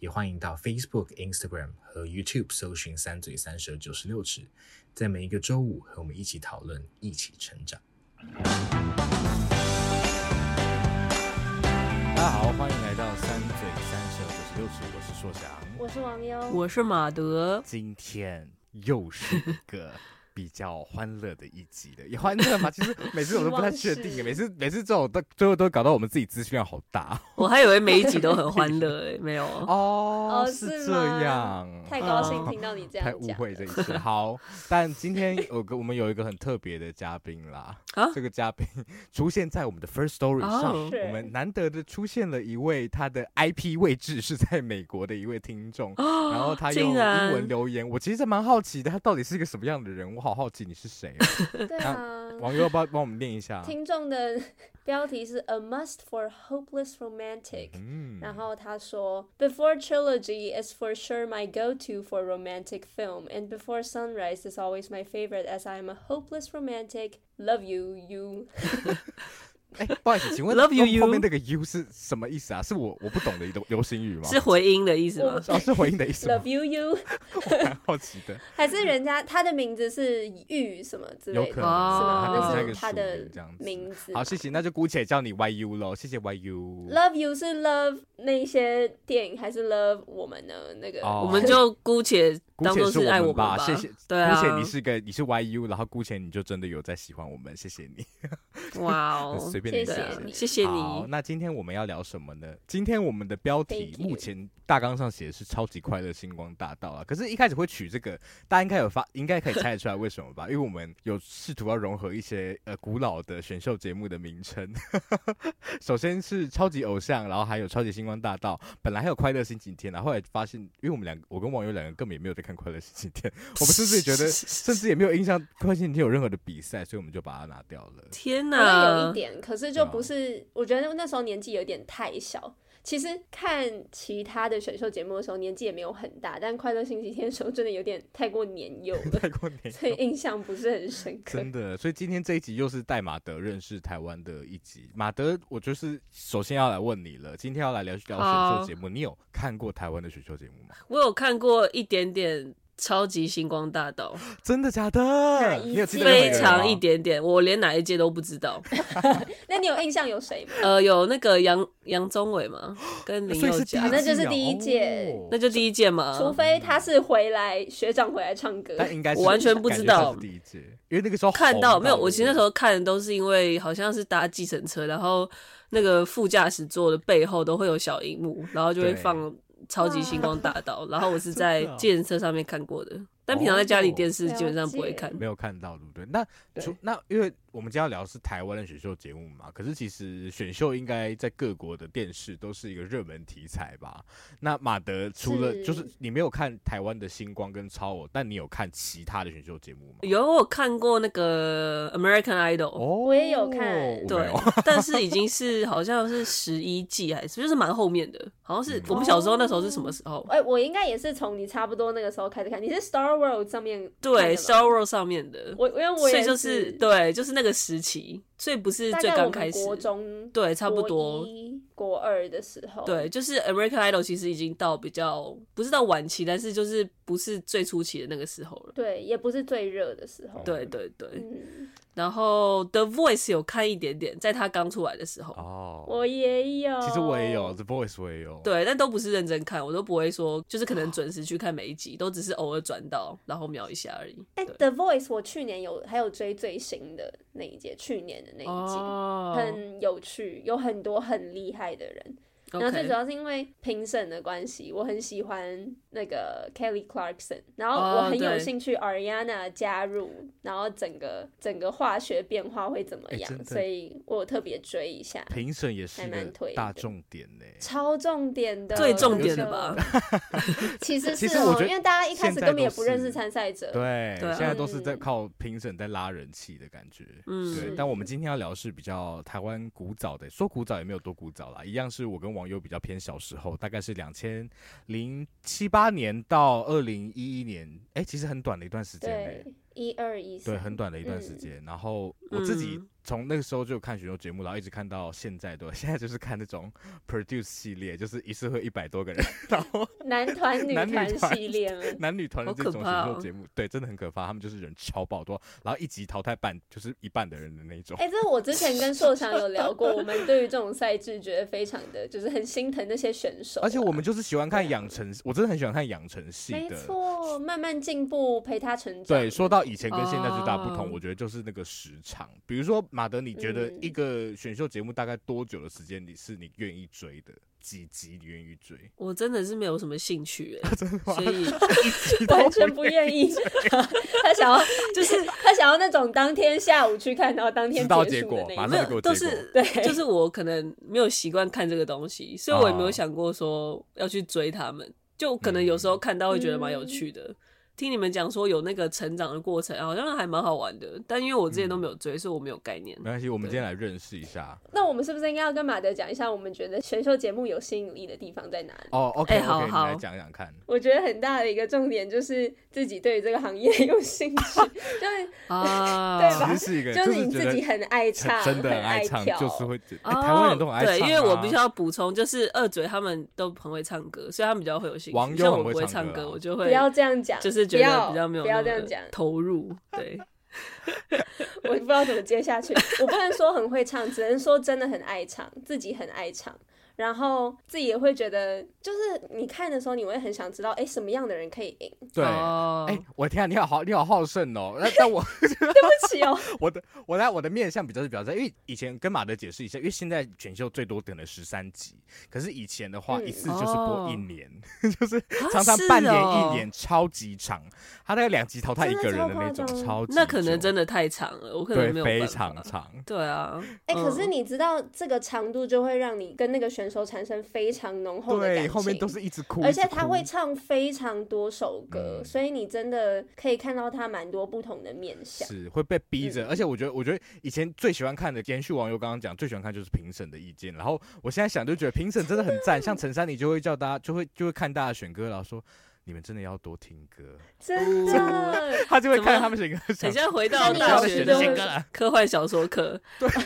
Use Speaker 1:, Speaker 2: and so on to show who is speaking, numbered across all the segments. Speaker 1: 也欢迎到 Facebook、Instagram 和 YouTube 搜寻“三嘴三舌九十六尺”，在每一个周五和我们一起讨论，一起成长。
Speaker 2: 大家好，欢迎来到三嘴三舌九十六尺，我是硕翔。
Speaker 3: 我是王优，
Speaker 4: 我是马德，
Speaker 2: 今天又是一个比较欢乐的一集了，也欢乐 嘛。其实每次我都不太确
Speaker 3: 希望
Speaker 2: 定，
Speaker 3: 是
Speaker 2: 每次每次这种都最后都会搞到我们自己资讯量好大
Speaker 4: 我还以为每一集都很欢乐、欸，没有。
Speaker 2: 哦
Speaker 3: 哦
Speaker 2: 是
Speaker 3: 是
Speaker 2: 这
Speaker 3: 吗
Speaker 2: 样，
Speaker 3: 太高兴
Speaker 4: 哦
Speaker 3: 听到你这样
Speaker 2: 太
Speaker 3: 讲，
Speaker 2: 误会这一次。好，但今 天有个我们有一个很特别的嘉宾啦，
Speaker 4: 啊
Speaker 2: 这个嘉宾 出现在我们的 First Story 上，
Speaker 4: 哦
Speaker 3: 是
Speaker 2: 我们难得的出现了一位他的 IP 位置是在美国的一位听众，然后他用
Speaker 4: 哦竟
Speaker 2: 英
Speaker 4: 然
Speaker 2: 文留言，我其实蛮好奇的，他到底是一个什么样的人？我好好奇你是谁哦、
Speaker 3: 对啊，
Speaker 2: 网友要不要帮我们念一下？
Speaker 3: 听众的 标题是 A Must for Hopeless Romantic。
Speaker 2: 嗯
Speaker 3: 然后他说，Before trilogy is for sure my go-to for romantic film, and Before Sunrise is always my favorite as I am a hopeless romantic. Love you, you.
Speaker 2: 哎、不好意思，请问
Speaker 4: Love you,
Speaker 2: 后后
Speaker 4: you
Speaker 2: 面那个 U 是什么意思啊？是我我不懂的一种流行语吗？
Speaker 4: 是回音的意思吗
Speaker 3: 我？
Speaker 2: 哦，是回应的意思吗
Speaker 3: Love？you, you.
Speaker 2: 我蛮好奇的。
Speaker 3: 还是人家他的名字是玉什么之
Speaker 2: 有
Speaker 3: 类
Speaker 2: 可
Speaker 3: 的，是
Speaker 2: 能
Speaker 3: 吗？
Speaker 4: 哦
Speaker 2: 它
Speaker 3: 那
Speaker 2: 只
Speaker 3: 是
Speaker 2: 一个
Speaker 3: 他的
Speaker 2: 俗语这样子
Speaker 3: 名字。
Speaker 2: 好，谢谢，那就姑且叫你 YU 喽，谢谢 YU。
Speaker 3: Love you 是 love 那些电影，还是 love 我们呢？那个
Speaker 2: 哦
Speaker 4: 我们就姑且
Speaker 2: 姑
Speaker 4: 当
Speaker 2: 且
Speaker 4: 做
Speaker 2: 是
Speaker 4: 爱
Speaker 2: 们
Speaker 4: 们吧。
Speaker 2: 谢谢。
Speaker 4: 对啊，
Speaker 2: 姑且你是个你是 YU，然后姑且你就真的有在喜欢我们，谢谢你，
Speaker 4: 哇哦，
Speaker 2: 随便
Speaker 3: 谢
Speaker 2: 你
Speaker 4: 对
Speaker 2: 想
Speaker 4: 啊
Speaker 3: 谢你
Speaker 4: 谢谢
Speaker 2: 好，
Speaker 4: 你。
Speaker 2: 那今天我们要聊什么呢？今天我们的标题
Speaker 3: Thank you
Speaker 2: 目前大纲上写的是“超级快乐星光大道”啊，可是，一开始会取这个，大家应该有发，应该可以猜得出来为什么吧？ 因为我们有试图要融合一些呃古老的选秀节目的名称， 首先是超级偶像，然后还有超级星光大道，本来还有快乐星期天，啊然后后来发现，因为我们两个，我跟网友两个根本也没有在看快乐星期天， 我们甚至也觉 得，甚至也没有印象快乐星期天有任何的比赛，所以我们就把它拿掉 了。
Speaker 4: 天
Speaker 3: 可能有
Speaker 4: 哪
Speaker 3: 一！点，可是就
Speaker 4: 啊
Speaker 3: 不是，我觉得那时候年纪有点太小。其实看其他的选秀节目的时候，年纪也没有很大，但《快乐星期天》的时候真的有点太过年 幼了，
Speaker 2: 太过年
Speaker 3: 所以印象不是很深刻。
Speaker 2: 真的，所以今天这一集又是带马德认识台湾的一集。马德，我就是首先要来问你了，今天要来聊聊选秀
Speaker 4: 好
Speaker 2: 节目，你有看过台湾的选秀节目吗？
Speaker 4: 我有看过一点点《超级星光大 道
Speaker 2: 真的假的？
Speaker 3: 一
Speaker 2: 你有记》，得任何
Speaker 4: 非
Speaker 2: 人吗
Speaker 4: 常一。点点，我连哪一届都不知道。
Speaker 3: 那你有印象有谁吗？
Speaker 4: 呃，有那个杨杨宗纬嘛，跟林
Speaker 2: 哎所以
Speaker 4: 宥
Speaker 2: 是第一
Speaker 4: 嘉
Speaker 3: 那，就是
Speaker 2: 季啊
Speaker 3: 第一届
Speaker 2: 哦
Speaker 4: 那就第一届
Speaker 3: 除
Speaker 4: 嘛。
Speaker 3: 非他是回来学长回来唱歌，
Speaker 2: 但应该是
Speaker 4: 我完全不知道
Speaker 2: 感觉像是第一届，因为那个时候
Speaker 4: 看哦到
Speaker 2: 红
Speaker 4: 没有？我其实那时
Speaker 2: 候
Speaker 4: 候看都是因为好像是搭计程车，然后那个副驾驶座的背后都会有小荧幕，然后就会
Speaker 2: 对
Speaker 4: 放《超级星光大道》，然后我是 在
Speaker 2: 真的哦
Speaker 4: 计程车上面看过的，但平常在家里电视
Speaker 3: 哦
Speaker 4: 基本上不会看。
Speaker 2: 没有看到，对不对？那除那因为我们今天要聊的是台湾的选秀节目嘛，可是其实选秀应该在各国的电视都是一个热门题材吧？那马德除了
Speaker 3: 是
Speaker 2: 就是你没有看台湾的星光跟超偶，但你有看其他的选秀节目吗？
Speaker 4: 有我有看过那个 American Idol，、
Speaker 2: 哦，
Speaker 3: 我也有看
Speaker 2: 我没
Speaker 4: 对
Speaker 2: 有，
Speaker 4: 但是已经是好像是十一季还是就是蛮后面的，好像是
Speaker 2: 嗯
Speaker 4: 我们小时候那时候是什么时候？
Speaker 3: 哎、我应该也是从你差不多那个时候开始看。你是 Star World 上面看的
Speaker 4: 对
Speaker 3: 吗
Speaker 4: ，Star World 上面的，
Speaker 3: 我因为我
Speaker 4: 所
Speaker 3: 也
Speaker 4: 以就是对，就是那个时期，所以不是
Speaker 3: 大
Speaker 4: 最
Speaker 3: 概
Speaker 4: 刚
Speaker 3: 我们
Speaker 4: 开始，
Speaker 3: 国中
Speaker 4: 对，差不
Speaker 3: 国
Speaker 4: 多。
Speaker 3: 一国二的时候，
Speaker 4: 对，就是 American Idol 其实已经到比较不是到晚期，但是就是不是最初期的那个时候了。
Speaker 3: 对，也不是最热的时候，
Speaker 4: 对对对，
Speaker 3: 嗯，
Speaker 4: 然后 The Voice 有看一点点，在他刚出来的时候，
Speaker 2: 哦，
Speaker 3: 我也有，
Speaker 2: 其实我也有 The Voice，我也有。
Speaker 4: 对，但都不是认真看，我都不会说，就是可能准时去看每一集，都只是偶尔转到，然后瞄一下而已。
Speaker 3: 哎、
Speaker 4: 对
Speaker 3: t h e Voice 我去年有还有追最新的那一届，去年的那一季。
Speaker 4: 哦
Speaker 3: 很有趣，有很多很厉害的人。然后最主
Speaker 4: ，OK，
Speaker 3: 要是因为评审的关系，我很喜欢那个 Kelly Clarkson，然后
Speaker 4: 哦
Speaker 3: 我很有
Speaker 4: 对
Speaker 3: 兴趣 Ariana 加入，然后整个整个化学变化会怎么
Speaker 2: 哎
Speaker 3: 样
Speaker 2: 真，的
Speaker 3: 所以我有特别追一下，
Speaker 2: 评审也是
Speaker 3: 还
Speaker 2: 一
Speaker 3: 蛮推
Speaker 2: 个大
Speaker 3: 的
Speaker 2: 重点呢、
Speaker 3: 超重点的，
Speaker 4: 最重点的吧
Speaker 3: 那个？其实是
Speaker 2: 其实我
Speaker 3: 哦
Speaker 2: 觉，得
Speaker 3: 因为大家一开
Speaker 2: 现
Speaker 3: 始
Speaker 2: 在
Speaker 3: 根本也
Speaker 2: 都
Speaker 3: 不认识
Speaker 2: 是
Speaker 3: 参赛者，
Speaker 2: 对，
Speaker 4: 对啊
Speaker 2: 现在都是在
Speaker 3: 嗯
Speaker 2: 靠评审在拉人气的感觉。
Speaker 4: 嗯
Speaker 2: 对
Speaker 3: 是。
Speaker 2: 但我们今天要聊是比较台湾古早的，说古早也没有多古早啦，一样是我跟网友比较偏小时候，大概是两千零七八年到二零一一年，哎，其实很短的一段时间嘞
Speaker 3: 对。，一二一
Speaker 2: 对，
Speaker 3: 三，
Speaker 2: 很短的一段时
Speaker 3: 嗯
Speaker 2: 间。然后我自己
Speaker 4: 嗯
Speaker 2: 从那个时候就看选秀节目，然后一直看到现在，对， 现在就是看那种 Produce 系列，就是一次会一百多个人， 然后
Speaker 3: 男团女
Speaker 2: 男女
Speaker 3: 团
Speaker 2: 团
Speaker 3: 系列 嘛，
Speaker 2: 男女团的
Speaker 4: 好
Speaker 2: 这
Speaker 4: 可
Speaker 2: 种
Speaker 4: 怕
Speaker 2: 选秀
Speaker 4: 哦
Speaker 2: 节目，对，真的很可怕。他们就是人超爆多，然后一集淘汰半，就是一半的人的那种。
Speaker 3: 哎、这我之前跟硕翔有聊过， 我们对于这种赛制觉得非常的，就是很心疼那些选手啊。
Speaker 2: 而且我们就是喜欢看
Speaker 3: 对啊
Speaker 2: 养成，我真的很喜欢看养成系
Speaker 3: 没
Speaker 2: 的。
Speaker 3: 错，慢慢进步，陪他成长。
Speaker 2: 对，说到以前跟现在最大不同，
Speaker 4: 哦
Speaker 2: 我觉得就是那个时长。比如说马德，你觉得
Speaker 3: 嗯
Speaker 2: 一个选秀节目大概多久的时间你是你愿意追的？几集你愿意追？
Speaker 4: 我真的是没有什么兴趣、欸，所以
Speaker 3: 完全不愿 意，他想要就是他想要那种当天下午去看，然后当天
Speaker 2: 知道
Speaker 3: 结
Speaker 2: 结
Speaker 3: 束的
Speaker 2: 果
Speaker 3: 那一
Speaker 2: 马
Speaker 3: 种
Speaker 4: 没
Speaker 2: 上那就给
Speaker 4: 有
Speaker 2: 我
Speaker 4: 都
Speaker 2: 结果
Speaker 4: 是
Speaker 3: 对
Speaker 4: 就是我可能没有习惯看这个东西，所以我也没有想过说要去追他们。就可能有时候看到会觉得蛮有趣
Speaker 3: 嗯
Speaker 4: 的，听你们讲说有那个成长的过程，好像还蛮好玩的。但因为我之前都没有追，所以我没有概念。
Speaker 2: 没关系，我们今天来认识一下。
Speaker 3: 那我们是不是应该要跟马德讲一下，我们觉得选秀节目有吸引力的地方在哪里？
Speaker 2: 哦，OK，OK，、
Speaker 4: 哎好
Speaker 2: 你
Speaker 4: 好
Speaker 2: 来讲讲看。
Speaker 3: 我觉得很大的一个重点就是自己对于这个行业有兴趣， 就是
Speaker 4: 啊，
Speaker 3: 对吧
Speaker 2: 其实是一个，
Speaker 3: 就是你自
Speaker 2: 觉得
Speaker 3: 己很爱唱，
Speaker 2: 很真的
Speaker 3: 很
Speaker 2: 很爱唱，
Speaker 3: 跳，
Speaker 2: 就是会觉得、
Speaker 4: 哦
Speaker 2: 哎台湾人都很爱唱、啊。
Speaker 4: 对，因为我必须要补充，就是二嘴他们都很会唱歌，所以他们比较会有兴
Speaker 2: 网
Speaker 4: 趣。
Speaker 2: 友
Speaker 4: 像
Speaker 2: 很
Speaker 4: 我
Speaker 2: 会
Speaker 4: 不会
Speaker 2: 唱
Speaker 4: 唱
Speaker 2: 歌啊
Speaker 4: 歌，我就
Speaker 3: 不
Speaker 4: 会
Speaker 3: 要这样讲，
Speaker 4: 就是觉
Speaker 3: 不要
Speaker 4: 得比较没有
Speaker 3: 不
Speaker 4: 那
Speaker 3: 要
Speaker 4: 么
Speaker 3: 这样讲，
Speaker 4: 投入。对，
Speaker 3: 我不知道怎么接下去。我不能说很会唱，只能说真的很爱唱，自己很爱唱。然后自己也会觉得，就是你看的时候，你会很想知道，哎，什么样的人可以赢？
Speaker 2: 对。哎、
Speaker 4: 哦
Speaker 2: 我天啊，你好好，你好好胜哦！那但我
Speaker 3: 对不起哦，
Speaker 2: 我的我来我的面向比较是比较在，因为以前跟马德解释一下，因为现在选秀最多等了十三集，可是以前的话
Speaker 3: 嗯
Speaker 2: 一次就是播一
Speaker 4: 哦
Speaker 2: 年，就是
Speaker 4: 啊
Speaker 2: 常常
Speaker 4: 是
Speaker 2: 半年
Speaker 4: 哦
Speaker 2: 一年超级长，他大概两集淘汰一
Speaker 3: 真的
Speaker 2: 个人
Speaker 3: 超
Speaker 2: 的
Speaker 3: 夸
Speaker 2: 那种，
Speaker 3: 张
Speaker 2: 超级
Speaker 4: 那可能
Speaker 2: 久
Speaker 4: 真的太长了，我可能没
Speaker 2: 对
Speaker 4: 有
Speaker 2: 非
Speaker 4: 办
Speaker 2: 常
Speaker 4: 法
Speaker 2: 长。
Speaker 4: 对啊，
Speaker 3: 哎，
Speaker 4: 嗯
Speaker 3: 可是你知道这个长度就会让你跟那个选手产生非常浓厚的感
Speaker 2: 对，
Speaker 3: 情，
Speaker 2: 后面都是一直哭，
Speaker 3: 而
Speaker 2: 一
Speaker 3: 且
Speaker 2: 直
Speaker 3: 他
Speaker 2: 哭
Speaker 3: 会唱非常多首歌，
Speaker 2: 嗯
Speaker 3: 所以你真的可以看到他蛮多不同的面相。
Speaker 2: 是会被逼
Speaker 4: 嗯
Speaker 2: 着，而且我觉得，我觉得以前最喜欢看的，延续网友刚刚讲，最喜欢看就是评审的意见。然后我现在想就觉得评审真的很赞，像陈珊妮就会叫大家，就会就会看大家选歌，然后说你们真的要多听歌，
Speaker 3: 真的，
Speaker 2: 他就会
Speaker 4: 怎
Speaker 2: 看
Speaker 4: 么
Speaker 2: 他们选歌，想
Speaker 4: 很
Speaker 2: 说
Speaker 4: 像回
Speaker 3: 那
Speaker 4: 到
Speaker 3: 你
Speaker 4: 大
Speaker 3: 老
Speaker 4: 学
Speaker 3: 师
Speaker 2: 的
Speaker 3: 就
Speaker 2: 新
Speaker 3: 会
Speaker 2: 歌啦。
Speaker 4: 科幻小说课，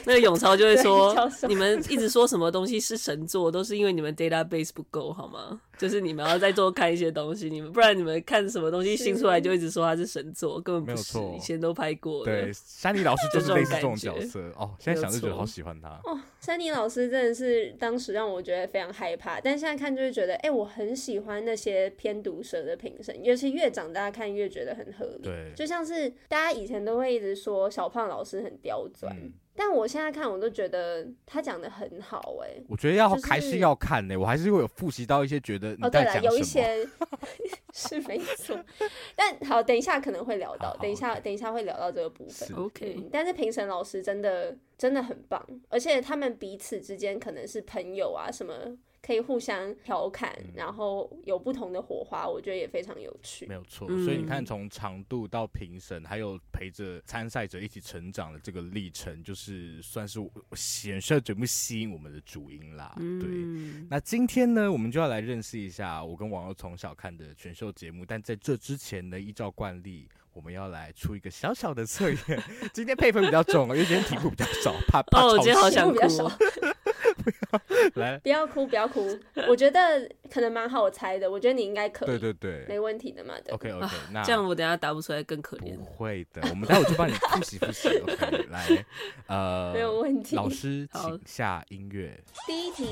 Speaker 4: 那个永超就会说
Speaker 3: 对教授：“
Speaker 4: 你们一直说什么东西是神作，都是因为你们 database 不够，好吗？就是你们要再多看一些东西，你们不然你们看什么东西
Speaker 3: 是
Speaker 4: 新出来就一直说它是神作，根本
Speaker 2: 没有
Speaker 4: 不是，
Speaker 2: 错
Speaker 4: 以前都拍过的
Speaker 2: 对，。珊妮老师
Speaker 4: 就
Speaker 2: 就
Speaker 4: 是这
Speaker 2: 类
Speaker 4: 种
Speaker 2: 似这种
Speaker 4: 感
Speaker 2: 角
Speaker 4: 觉
Speaker 2: 色哦。现在想就觉
Speaker 4: 没
Speaker 2: 得
Speaker 4: 有
Speaker 2: 好
Speaker 4: 错
Speaker 2: 喜欢嗯他，
Speaker 3: 哦珊妮老师真的是当时让我觉得非常害怕，但现在看就会觉得，哎、我很喜欢那些偏毒舌的评审，尤其越长大看越觉得很合理。
Speaker 2: 对，
Speaker 3: 就像是大家以前都会一直说小胖老师很刁钻，
Speaker 2: 嗯
Speaker 3: 但我现在看我都觉得他讲的很好、哎。
Speaker 2: 我觉得要
Speaker 3: 就是
Speaker 2: 还是要看呢，我还是会有复习到一些觉得
Speaker 3: 哦，
Speaker 2: 你
Speaker 3: 对
Speaker 2: 在
Speaker 3: 了，
Speaker 2: 讲
Speaker 3: 有一
Speaker 2: 什么。
Speaker 3: 些 是没错， 但好，等一下可能会聊到，
Speaker 2: 好好
Speaker 3: 等一下
Speaker 2: OK
Speaker 3: 等一下会聊到这个部分
Speaker 2: 是。
Speaker 4: OK，
Speaker 3: 嗯但是评审老师真的真的很棒，而且他们彼此之间可能是朋友啊，什么可以互相调侃，
Speaker 2: 嗯
Speaker 3: 然后有不同的火花，我觉得也非常有趣
Speaker 2: 没。有错，所以你看，
Speaker 4: 嗯
Speaker 2: 从长度到评审，还有陪着参赛者一起成长的这个历程，就是算是选秀节目吸引我们的主因啦。对，
Speaker 4: 嗯，
Speaker 2: 那今天呢，我们就要来认识一下我跟网友从小看的选秀节目，但在这之前呢，依照惯例。我们要来出一个小小的测验， 今天配分比较重哦，因为今天题目比较少，怕怕
Speaker 4: 哦，我
Speaker 2: 抄
Speaker 4: 今天好
Speaker 2: 袭
Speaker 3: 题目
Speaker 4: 想
Speaker 3: 比
Speaker 4: 哭
Speaker 3: 较少
Speaker 4: 哦，
Speaker 2: 来，
Speaker 3: 不要哭，不要哭，我觉得可能蛮好猜的，我觉得你应该可以，
Speaker 2: 对对对
Speaker 3: 没问题的嘛。对
Speaker 2: ，OK OK，那
Speaker 4: 这样我等一下答不出来更可怜
Speaker 2: 不。会的，我们待会就帮你复习复习。OK，来， 呃，
Speaker 3: 没有问题
Speaker 2: 老师，
Speaker 4: 好
Speaker 2: 请下音乐。
Speaker 3: 第一题，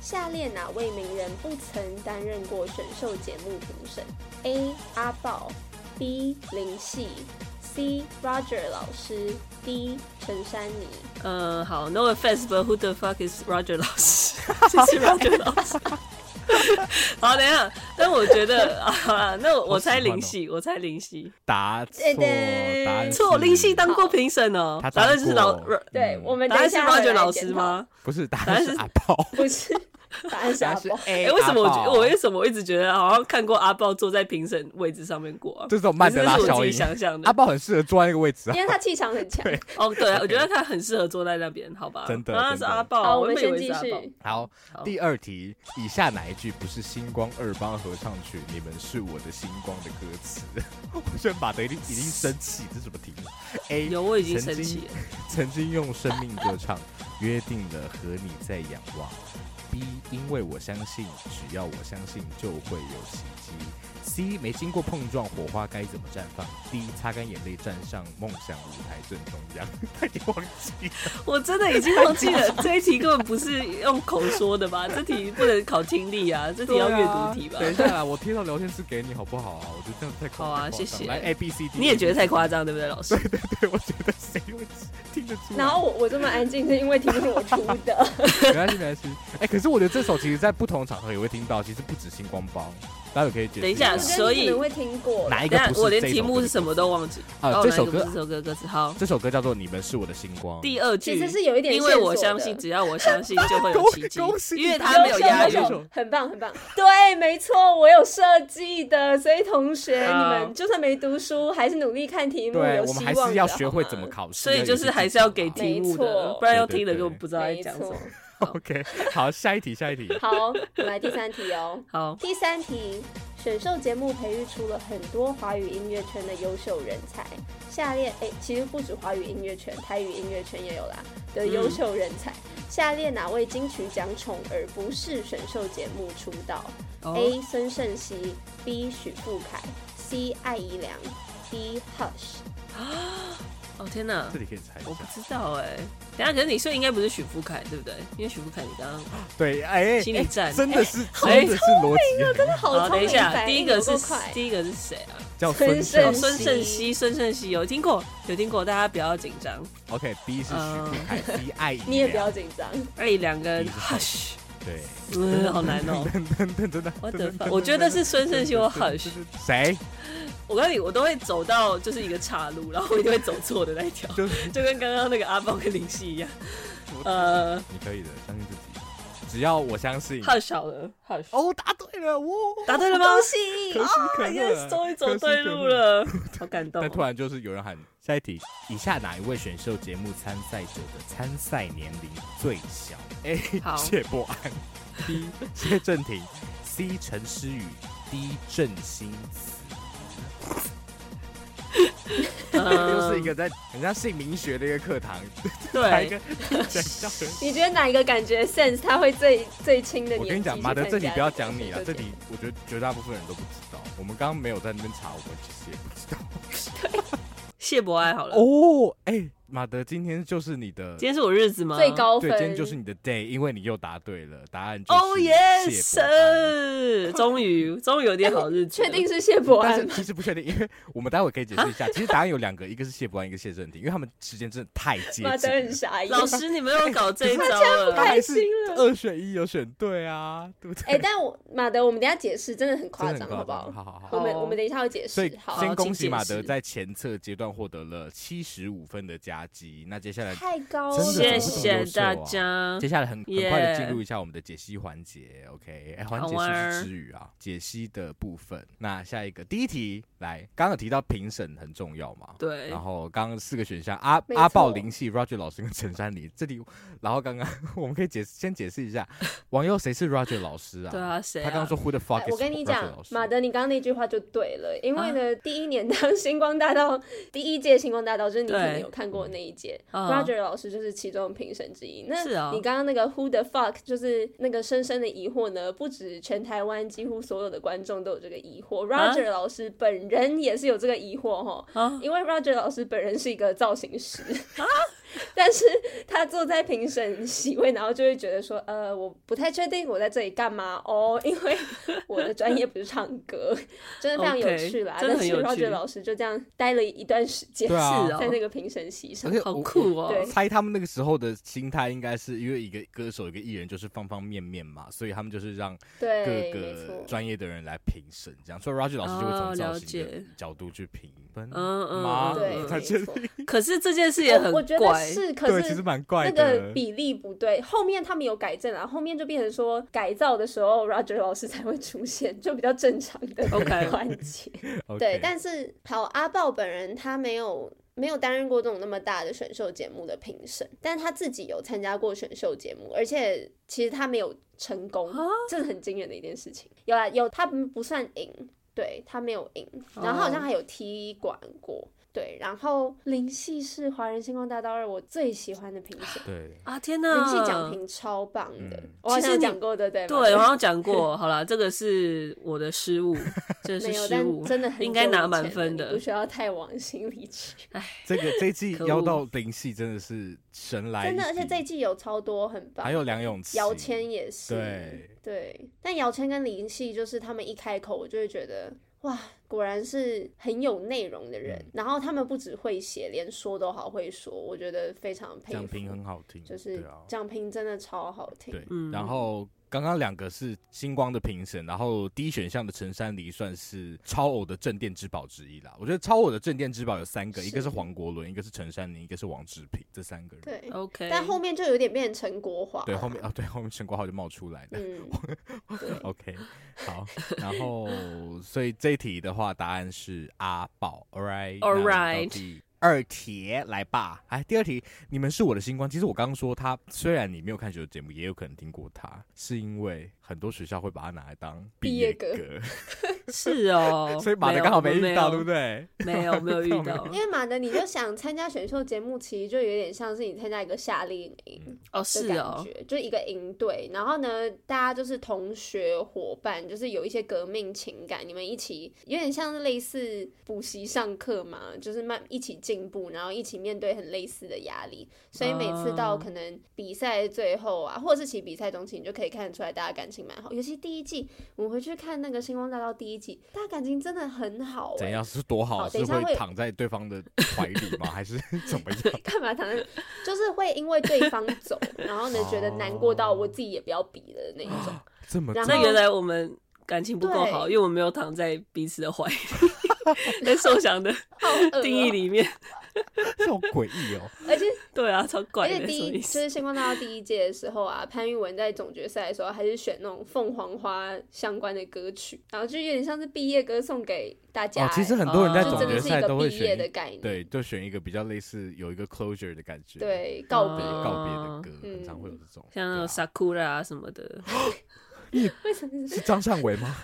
Speaker 3: 下列哪位名人不曾担任过选秀节目评审？A. 阿豹，B. 林夕，C. Roger 老师，D. 陈珊妮。
Speaker 4: 呃 嗯，好，No offense，but who the fuck is Roger 老师？就是 Roger 老师。好，等一下，但我觉得 啊，好啦那我我猜
Speaker 2: 喜欢哦
Speaker 4: 林夕，我猜林夕，
Speaker 2: 答错
Speaker 3: 对，对
Speaker 2: 答案
Speaker 4: 错，
Speaker 2: 是
Speaker 4: 林夕当过评审哦
Speaker 2: 他，
Speaker 4: 答
Speaker 2: 当
Speaker 4: 案是老
Speaker 2: 过，
Speaker 3: 对
Speaker 2: 嗯
Speaker 3: 我们
Speaker 4: 答
Speaker 3: 等一
Speaker 4: 案是
Speaker 3: 下回
Speaker 4: Roger
Speaker 3: 来
Speaker 4: 老
Speaker 3: 检
Speaker 4: 师
Speaker 3: 讨？
Speaker 4: 吗？
Speaker 2: 不是答
Speaker 4: 答
Speaker 2: 案
Speaker 4: 案
Speaker 2: 是
Speaker 4: 是
Speaker 2: 阿豹，
Speaker 3: 不是， 答案是
Speaker 2: 答
Speaker 3: 阿
Speaker 2: 案是
Speaker 3: 宝。
Speaker 2: A，
Speaker 4: 哎、为什么我
Speaker 2: 阿
Speaker 4: 觉
Speaker 2: 豹
Speaker 4: 我为什么我一直觉得好像看过阿豹坐在评审位置上面过啊？
Speaker 2: 这种曼德拉
Speaker 4: 还是是我
Speaker 2: 效
Speaker 4: 自己
Speaker 2: 应？
Speaker 4: 想象的
Speaker 2: 阿。豹很适合坐在那个位置啊
Speaker 3: 因。为他气场很强。
Speaker 2: 对
Speaker 4: 哦，对、啊，我觉得他很适合坐在那边，好吧？
Speaker 2: 真的
Speaker 4: 啊，
Speaker 2: 真
Speaker 4: 是
Speaker 2: 的
Speaker 4: 阿豹啊，
Speaker 3: 好，我
Speaker 4: 我
Speaker 3: 们
Speaker 4: 原
Speaker 3: 先
Speaker 4: 本以
Speaker 3: 继
Speaker 4: 为是阿豹
Speaker 3: 续。
Speaker 2: 好，
Speaker 4: 好
Speaker 2: 第二题，以下哪一句不是星光二帮合唱曲《你们是我的星光》的歌词？ 我觉得马德一定已经生气，这是什么题目？A
Speaker 4: 有，我已经
Speaker 2: 曾
Speaker 4: 生
Speaker 2: 经
Speaker 4: 气了。
Speaker 2: 曾经用生命歌唱，约定了和你在仰望。B，因为我相信，只要我相信就会有奇迹。C，没经过碰撞，火花该怎么绽放？D，擦干眼泪，站上梦想舞台正中央。 他已经忘记了，
Speaker 4: 我真的已经忘记了这一题根本不是用口说的吧？这题不能考听力啊，这题要阅读题吧？
Speaker 2: 等一下啦，我贴到聊天室给你好不好啊？我觉得这样太夸
Speaker 4: 好啊
Speaker 2: 太夸张
Speaker 4: 谢谢
Speaker 2: 来 A B C D，
Speaker 4: 你也觉得太夸张，对不对，老师？
Speaker 2: 对，我觉得谁会听得
Speaker 4: 嗯
Speaker 2: 出来？
Speaker 3: 然后我我这么安静是因为题目是我出的，
Speaker 2: 没关系，没关系。哎、可是我觉得这首其实在不同场合也会听到，其实不止星光帮，大家也可以解释下。
Speaker 4: 等一下
Speaker 3: 我觉
Speaker 4: 所
Speaker 3: 得你
Speaker 4: 以
Speaker 3: 可能会听过。
Speaker 2: 哪一
Speaker 4: 等
Speaker 2: 个
Speaker 4: 一下
Speaker 2: 不是？
Speaker 4: 我连题目是什么都忘记。
Speaker 2: 啊
Speaker 4: 哦，
Speaker 2: 这
Speaker 4: 哪一
Speaker 2: 首
Speaker 4: 个
Speaker 2: 歌
Speaker 4: 不是这首歌歌词好。
Speaker 2: 这首歌叫做《你们是我的星光》。
Speaker 4: 第二句
Speaker 3: 其实是有一点
Speaker 4: 因
Speaker 3: 线
Speaker 4: 为
Speaker 3: 索
Speaker 4: 我
Speaker 3: 的
Speaker 4: 相信，只要我相信就会有
Speaker 2: 恭
Speaker 4: 奇迹
Speaker 2: 恭喜，你
Speaker 4: 因为他没有
Speaker 3: 优
Speaker 4: 押韵
Speaker 3: 秀
Speaker 2: 优
Speaker 3: 优。
Speaker 2: 秀
Speaker 3: 秀很棒很棒。对，没错，我有设计的，所以同学你
Speaker 4: 好
Speaker 3: 们就算没读书，还是努力看题目，
Speaker 2: 啊对，
Speaker 3: 有
Speaker 2: 我们
Speaker 3: 希
Speaker 2: 还
Speaker 3: 望
Speaker 2: 是要
Speaker 3: 的
Speaker 2: 学
Speaker 3: 好
Speaker 2: 会
Speaker 3: 吗
Speaker 2: 怎么考试，
Speaker 4: 所以就是
Speaker 2: 有一些
Speaker 4: 还
Speaker 2: 技
Speaker 4: 是
Speaker 2: 巧
Speaker 4: 要给题目
Speaker 3: 没
Speaker 4: 的
Speaker 3: 错，
Speaker 4: 不然要听了
Speaker 2: 对对对
Speaker 4: 根本不知道在
Speaker 3: 没
Speaker 4: 讲什
Speaker 3: 错
Speaker 4: 么。。
Speaker 2: OK，好，下一题，下一题。
Speaker 3: 好，我们来第三题哦。
Speaker 4: 好，
Speaker 3: 第三题，选秀节目培育出了很多华语音乐圈的优秀人才。下列，哎、其实不止华语音乐圈，台语音乐圈也有啦的
Speaker 2: 嗯
Speaker 3: 优秀人才。下列哪位金曲奖宠儿不是选秀节目出道、
Speaker 4: 哦，
Speaker 3: a 孙盛熙，B. 许富凯，C. 艾怡良，D. Hush。
Speaker 4: 哦天哪
Speaker 2: 这，里可以猜一
Speaker 4: 我不
Speaker 2: 下。
Speaker 4: 知道哎。等一下，可是你说应该不是许富凯对不对？因为许富凯你刚刚
Speaker 2: 对，哎、
Speaker 4: 心理
Speaker 2: 哎
Speaker 4: 战
Speaker 2: 真的是，
Speaker 4: 哎
Speaker 2: 真的是逻辑很好，
Speaker 3: 好聪
Speaker 4: 等一
Speaker 3: 明
Speaker 4: 下，
Speaker 3: 反
Speaker 4: 第一
Speaker 3: 应
Speaker 4: 个
Speaker 3: 有
Speaker 4: 是
Speaker 3: 够快
Speaker 4: 第一个是谁啊？
Speaker 2: 叫
Speaker 3: 孙
Speaker 2: 分手
Speaker 4: 哦，
Speaker 3: 盛。熙
Speaker 4: 孙盛熙，孙盛熙有听过，有听过，大家不要紧张。
Speaker 2: OK，B 是
Speaker 4: 嗯
Speaker 2: 徐凯，C 爱怡良
Speaker 3: 你也不要紧张，
Speaker 4: 哎，两个人
Speaker 2: 第一个是
Speaker 4: hush，
Speaker 2: 对，
Speaker 4: 嗯，好难哦。
Speaker 2: 噔噔噔真的，
Speaker 4: 我
Speaker 2: 噔
Speaker 4: 的
Speaker 2: 噔
Speaker 4: 妈！
Speaker 2: 噔
Speaker 4: 我觉得
Speaker 2: 噔
Speaker 4: 是孙盛熙或
Speaker 2: 噔噔
Speaker 4: hush。
Speaker 2: 噔噔谁？
Speaker 4: 我告诉你，我都会走到就是一个岔路，然后我一定会走错的那一条，
Speaker 2: 就 是
Speaker 4: 就跟刚刚那个阿豹跟林夕一样。呃，
Speaker 2: 你可以的，相信自己，只要我相信。
Speaker 4: 太小了，太小。
Speaker 2: 哦，答对了，哇！
Speaker 4: 答对了吗？
Speaker 3: 恭喜哦
Speaker 2: 可！喜可贺
Speaker 4: 耶，
Speaker 2: 啊，
Speaker 4: 终于
Speaker 2: 可
Speaker 4: 走
Speaker 2: 喜
Speaker 4: 对
Speaker 2: 可
Speaker 4: 路
Speaker 2: 贺。
Speaker 4: 了，好感 动
Speaker 2: 但突
Speaker 4: 哦。
Speaker 2: 然就是有人喊下一题，以下哪一位选秀节目参赛者的参赛年龄最小？A.
Speaker 4: 好
Speaker 2: 谢伯安，B. 谢正廷，C. 陈诗雨，D. 郑欣慈。又是一个在很像姓名学的一个课堂，来一
Speaker 4: 嗯对
Speaker 2: 个， 听起来像人
Speaker 3: 你觉得哪一个感觉 sense 他会最最轻的年纪
Speaker 2: 我跟你讲，
Speaker 3: 去
Speaker 2: 马德，
Speaker 3: 参
Speaker 2: 这题
Speaker 3: 加
Speaker 2: 不要
Speaker 3: 个
Speaker 2: 讲你
Speaker 3: 选
Speaker 2: 了
Speaker 3: 秀，
Speaker 2: 这
Speaker 3: 节目
Speaker 2: 题我觉得绝大部分人都不知道。我们刚刚没有在那边查，我们其实也不知道。
Speaker 4: 谢博爱好了。
Speaker 2: 哦，哎、马德，今天就是你的，
Speaker 4: 今天是我日子吗？
Speaker 3: 最高
Speaker 2: 对，
Speaker 3: 分，
Speaker 2: 今天就是你的 day，因为你又答对了，答案就是
Speaker 3: 哦
Speaker 4: ，Oh yes！
Speaker 2: 谢伯安
Speaker 4: 终于，终于有点好日子了。
Speaker 3: 确定是谢伯
Speaker 2: 但
Speaker 3: 安
Speaker 2: 是
Speaker 3: 吗？
Speaker 2: 其实不确定，因为我们待会可以解 释一下。其实答案有两个，一个是谢伯安，一个谢正廷，因为他们时间真的太接
Speaker 3: 马德很
Speaker 2: 近。
Speaker 3: 傻眼。
Speaker 4: 老师，你们又搞这一招
Speaker 2: 他
Speaker 4: 了。
Speaker 2: 还是
Speaker 3: 太新了
Speaker 2: 二选一有选对啊，对不
Speaker 3: 哎、
Speaker 2: 对？
Speaker 3: 但我马德，我们等一下解释，真的很夸
Speaker 2: 真的
Speaker 3: 张，
Speaker 2: 很
Speaker 3: 好不
Speaker 2: 张
Speaker 3: 好？
Speaker 2: 好好好。
Speaker 3: 我们
Speaker 4: 好
Speaker 3: 我们等一下要解
Speaker 2: 所
Speaker 3: 释
Speaker 2: 以，
Speaker 3: 好，啊
Speaker 2: 先恭喜
Speaker 4: 请解
Speaker 2: 马德
Speaker 4: 释
Speaker 2: 在前侧阶段获得了七十五分的加绩。那接下来，
Speaker 3: 太高了，
Speaker 2: 真的
Speaker 4: 谢
Speaker 2: 怎么这么
Speaker 4: 谢
Speaker 2: 优秀啊
Speaker 4: 大家
Speaker 2: 接。下来很很
Speaker 4: Yeah
Speaker 2: 快的进入一下我们的解析环节。OK，哎，环
Speaker 4: 好
Speaker 2: 节
Speaker 4: 玩儿
Speaker 2: 是不是之语啊，解析的部分。那下一个第一题，来，刚刚有提到评审很重要嘛？
Speaker 4: 对啊
Speaker 2: 然，后刚刚四个选项，阿
Speaker 3: 没错
Speaker 2: 阿豹、林系、Roger 老师跟陈珊妮，这里，然后刚刚我们可以解释，先解释一下， 网友谁是 Roger 老师啊？
Speaker 4: 对啊，谁
Speaker 2: 他
Speaker 4: 啊？
Speaker 2: 刚刚说 Who the
Speaker 3: 哎
Speaker 2: fuck is
Speaker 3: 我跟你
Speaker 2: Roger
Speaker 3: 讲
Speaker 2: 老，师
Speaker 3: 马德，你刚刚那句话就对了，因
Speaker 4: 啊
Speaker 3: 为呢，第一年当星光大道第一届星光大道，就是你可能
Speaker 4: 对
Speaker 3: 有看过的那一届、
Speaker 4: 嗯
Speaker 3: r o g e r 老师就是其中评审之一。那
Speaker 4: 是啊
Speaker 3: 你刚刚那个 Who the fuck 就是那个深深的疑惑呢，不止全台湾几乎所有的观众都有这个疑惑
Speaker 4: 啊
Speaker 3: ，Roger 老师本人也是有这个疑惑哈。
Speaker 4: 啊，
Speaker 3: 因为 Roger 老师本人是一个造型师， 但是他坐在评审席位，然后就会觉得说，呃，我不太确定我在这里干嘛哦，因为我的专业不是唱歌，真的非常有趣啦。
Speaker 4: OK，真的
Speaker 3: 但
Speaker 4: 很
Speaker 3: 是
Speaker 4: 有趣
Speaker 3: Roger 老师就这样待了一段时间，
Speaker 2: 对啊
Speaker 4: 是哦
Speaker 3: 在那个评审席上
Speaker 2: 而。且
Speaker 4: 好
Speaker 2: 我
Speaker 4: 酷哦
Speaker 2: 我
Speaker 3: 对
Speaker 2: 猜他们那个时候的心态应该是因为一个歌手、一个艺人就是方方面面嘛，所以他们就是让各
Speaker 3: 对，没
Speaker 2: 个
Speaker 3: 错。
Speaker 2: 专业的人来评审，这样。所以 Roger 老师就会
Speaker 4: 哦
Speaker 2: 从造
Speaker 4: 了
Speaker 2: 型的
Speaker 4: 解
Speaker 2: 角度去评分。
Speaker 4: 嗯嗯
Speaker 2: 妈
Speaker 4: 嗯
Speaker 2: 我
Speaker 3: 对
Speaker 2: 才
Speaker 3: 没
Speaker 2: 确
Speaker 3: 错
Speaker 2: 定
Speaker 4: 可是这件事也很
Speaker 3: 我我觉得
Speaker 4: 怪，
Speaker 3: 是，可
Speaker 2: 对，其
Speaker 3: 是
Speaker 2: 实蛮怪
Speaker 3: 那
Speaker 2: 的。
Speaker 3: 个比例不对，后面他们有改正啊，后面就变成说改造的时候，Roger 老师才会出现，就比较正常 的
Speaker 4: OK
Speaker 3: 环节。
Speaker 2: OK
Speaker 3: 对，但是好，阿豹本人他没有没有担任过这种那么大的选秀节目的评审，但他自己有参加过选秀节目，而且其实他没有成功
Speaker 4: 啊，
Speaker 3: 这是很惊人的一件事情。有啊，有他不算赢，对他没有赢，然后他好像
Speaker 4: 哦
Speaker 3: 还有踢馆过。对，然后林夕是《华人星光大道二》我最喜欢的评审，
Speaker 2: 对，
Speaker 4: 啊，天
Speaker 3: 林
Speaker 4: 哪！
Speaker 3: 夕奖评超棒的，
Speaker 2: 嗯
Speaker 3: 我好
Speaker 4: 其
Speaker 3: 像有
Speaker 4: 实你
Speaker 3: 讲过对不对吗？
Speaker 4: 对，我好像讲过， 好啦，这个是我的失 误，这是
Speaker 3: 没有，
Speaker 4: 失
Speaker 3: 但
Speaker 4: 误，
Speaker 3: 真的很
Speaker 4: 应该
Speaker 3: 久以
Speaker 4: 拿满
Speaker 3: 前
Speaker 4: 分
Speaker 3: 了
Speaker 4: 的
Speaker 3: 你不需要太往心里去。
Speaker 2: 这个这一 季
Speaker 4: 可恶
Speaker 2: 邀到林夕真的是神来
Speaker 3: 啊
Speaker 2: 一
Speaker 3: 真
Speaker 2: 笔，
Speaker 3: 的，而且这一季有超多很棒，
Speaker 2: 还有梁咏琪、
Speaker 3: 姚谦也是，
Speaker 2: 对
Speaker 3: 对但姚谦跟林夕就是他们一开口，我就会觉得哇，果然是很有内容的人。
Speaker 2: 嗯
Speaker 3: 然后他们不只会写，连说都好会说，我觉得非常佩
Speaker 2: 蒋
Speaker 3: 服。
Speaker 2: 平很好听，
Speaker 3: 就是
Speaker 2: 对啊，
Speaker 3: 蒋平真的超好听，
Speaker 2: 对，
Speaker 4: 嗯
Speaker 2: 然后。刚刚两个是星光的评审，然后第一选项的陈珊妮算是超偶的镇店之宝之一啦。我觉得超偶的镇店之宝有三个，
Speaker 3: 是
Speaker 2: 一个是黄国伦，一个是陈珊妮，一个是王志平，这三个人。
Speaker 3: 对
Speaker 4: OK，
Speaker 3: 但后面就有点变成陈国华了，
Speaker 2: 对，后面啊，对，后面陈国豪就冒出来了。
Speaker 3: 嗯，对
Speaker 2: OK，好，然后所以这一题的话，答案是阿宝。All
Speaker 4: All
Speaker 2: right，那我们到
Speaker 4: right
Speaker 2: 第二题来吧。哎，第二题，你们是我的星光。其实我刚刚说他，虽然你没有看学的节目，也有可能听过他，是因为很多学校会把它拿来当
Speaker 3: 毕
Speaker 2: 业，
Speaker 3: 业歌哦
Speaker 4: 是哦
Speaker 2: 所以马
Speaker 4: 没
Speaker 2: 德
Speaker 4: 有
Speaker 2: 刚好
Speaker 4: 我们
Speaker 2: 没遇到，对
Speaker 4: 有？
Speaker 2: 不对？
Speaker 4: 没有，没有遇
Speaker 2: 刚好 没
Speaker 4: 到
Speaker 3: 因。为马德你就想参加选秀节目，其实就有点像是你参加一个夏令营，
Speaker 2: 嗯
Speaker 4: 哦，
Speaker 3: 的
Speaker 4: 是
Speaker 3: 感
Speaker 4: 哦，
Speaker 3: 觉，就一个营队。然后呢，大家就是同学伙伴，就是有一些革命情感，你们一起有点像是类似补习上课嘛，就是慢一起进步，然后一起面对很类似的压力。所以每次到
Speaker 4: 哦
Speaker 3: 可能比赛最后啊，或者是其实比赛中期，你就可以看得出来大家感情蛮好。尤其第一季，我们回去看那个《星光大道》第一季，大家感情真的很好、欸。
Speaker 2: 怎样是多好？
Speaker 3: 好等
Speaker 2: 是
Speaker 3: 一下
Speaker 2: 会
Speaker 3: 会
Speaker 2: 躺在对方的怀里 吗？还是怎么样？
Speaker 3: 干嘛躺在？ 就是会因为对方走，然后呢觉得难过到
Speaker 2: 哦
Speaker 3: 我自己也不要比了那一种。
Speaker 2: 这么
Speaker 3: 然后
Speaker 4: 那
Speaker 2: 重
Speaker 4: 原来我们感情不够好，
Speaker 3: 对
Speaker 4: 因为我没有躺在彼此的怀 里，在受想的
Speaker 3: 好恶 哦
Speaker 4: 定义里面。
Speaker 2: 这种诡异哦。
Speaker 3: 而且
Speaker 4: 对啊，超怪
Speaker 3: 而
Speaker 4: 的，
Speaker 3: 且
Speaker 4: 什
Speaker 3: 第
Speaker 4: 么
Speaker 3: 一
Speaker 4: 意
Speaker 3: 就
Speaker 4: 思？
Speaker 3: 是星光大道第一届的时候啊，潘玉文在总决赛的时候还是选那种凤凰花相关的歌曲，然后就有点像是毕业歌送给大家、
Speaker 2: 哦，其实
Speaker 3: 欸
Speaker 2: 很多人在
Speaker 3: 就
Speaker 2: 总
Speaker 3: 真
Speaker 2: 决
Speaker 3: 的是
Speaker 2: 赛
Speaker 3: 一
Speaker 2: 都
Speaker 3: 个
Speaker 2: 会
Speaker 3: 毕业
Speaker 2: 选一
Speaker 3: 的概念，
Speaker 2: 对，就选一个比较类似有一个 closure 的感觉，
Speaker 3: 对告别。
Speaker 4: 嗯
Speaker 2: 告别的歌，
Speaker 3: 嗯
Speaker 2: 很常会有这种，
Speaker 4: 像那种
Speaker 2: 对啊
Speaker 4: Sakura 啊什么的，
Speaker 3: 为什么是？
Speaker 2: 是张善伟 吗？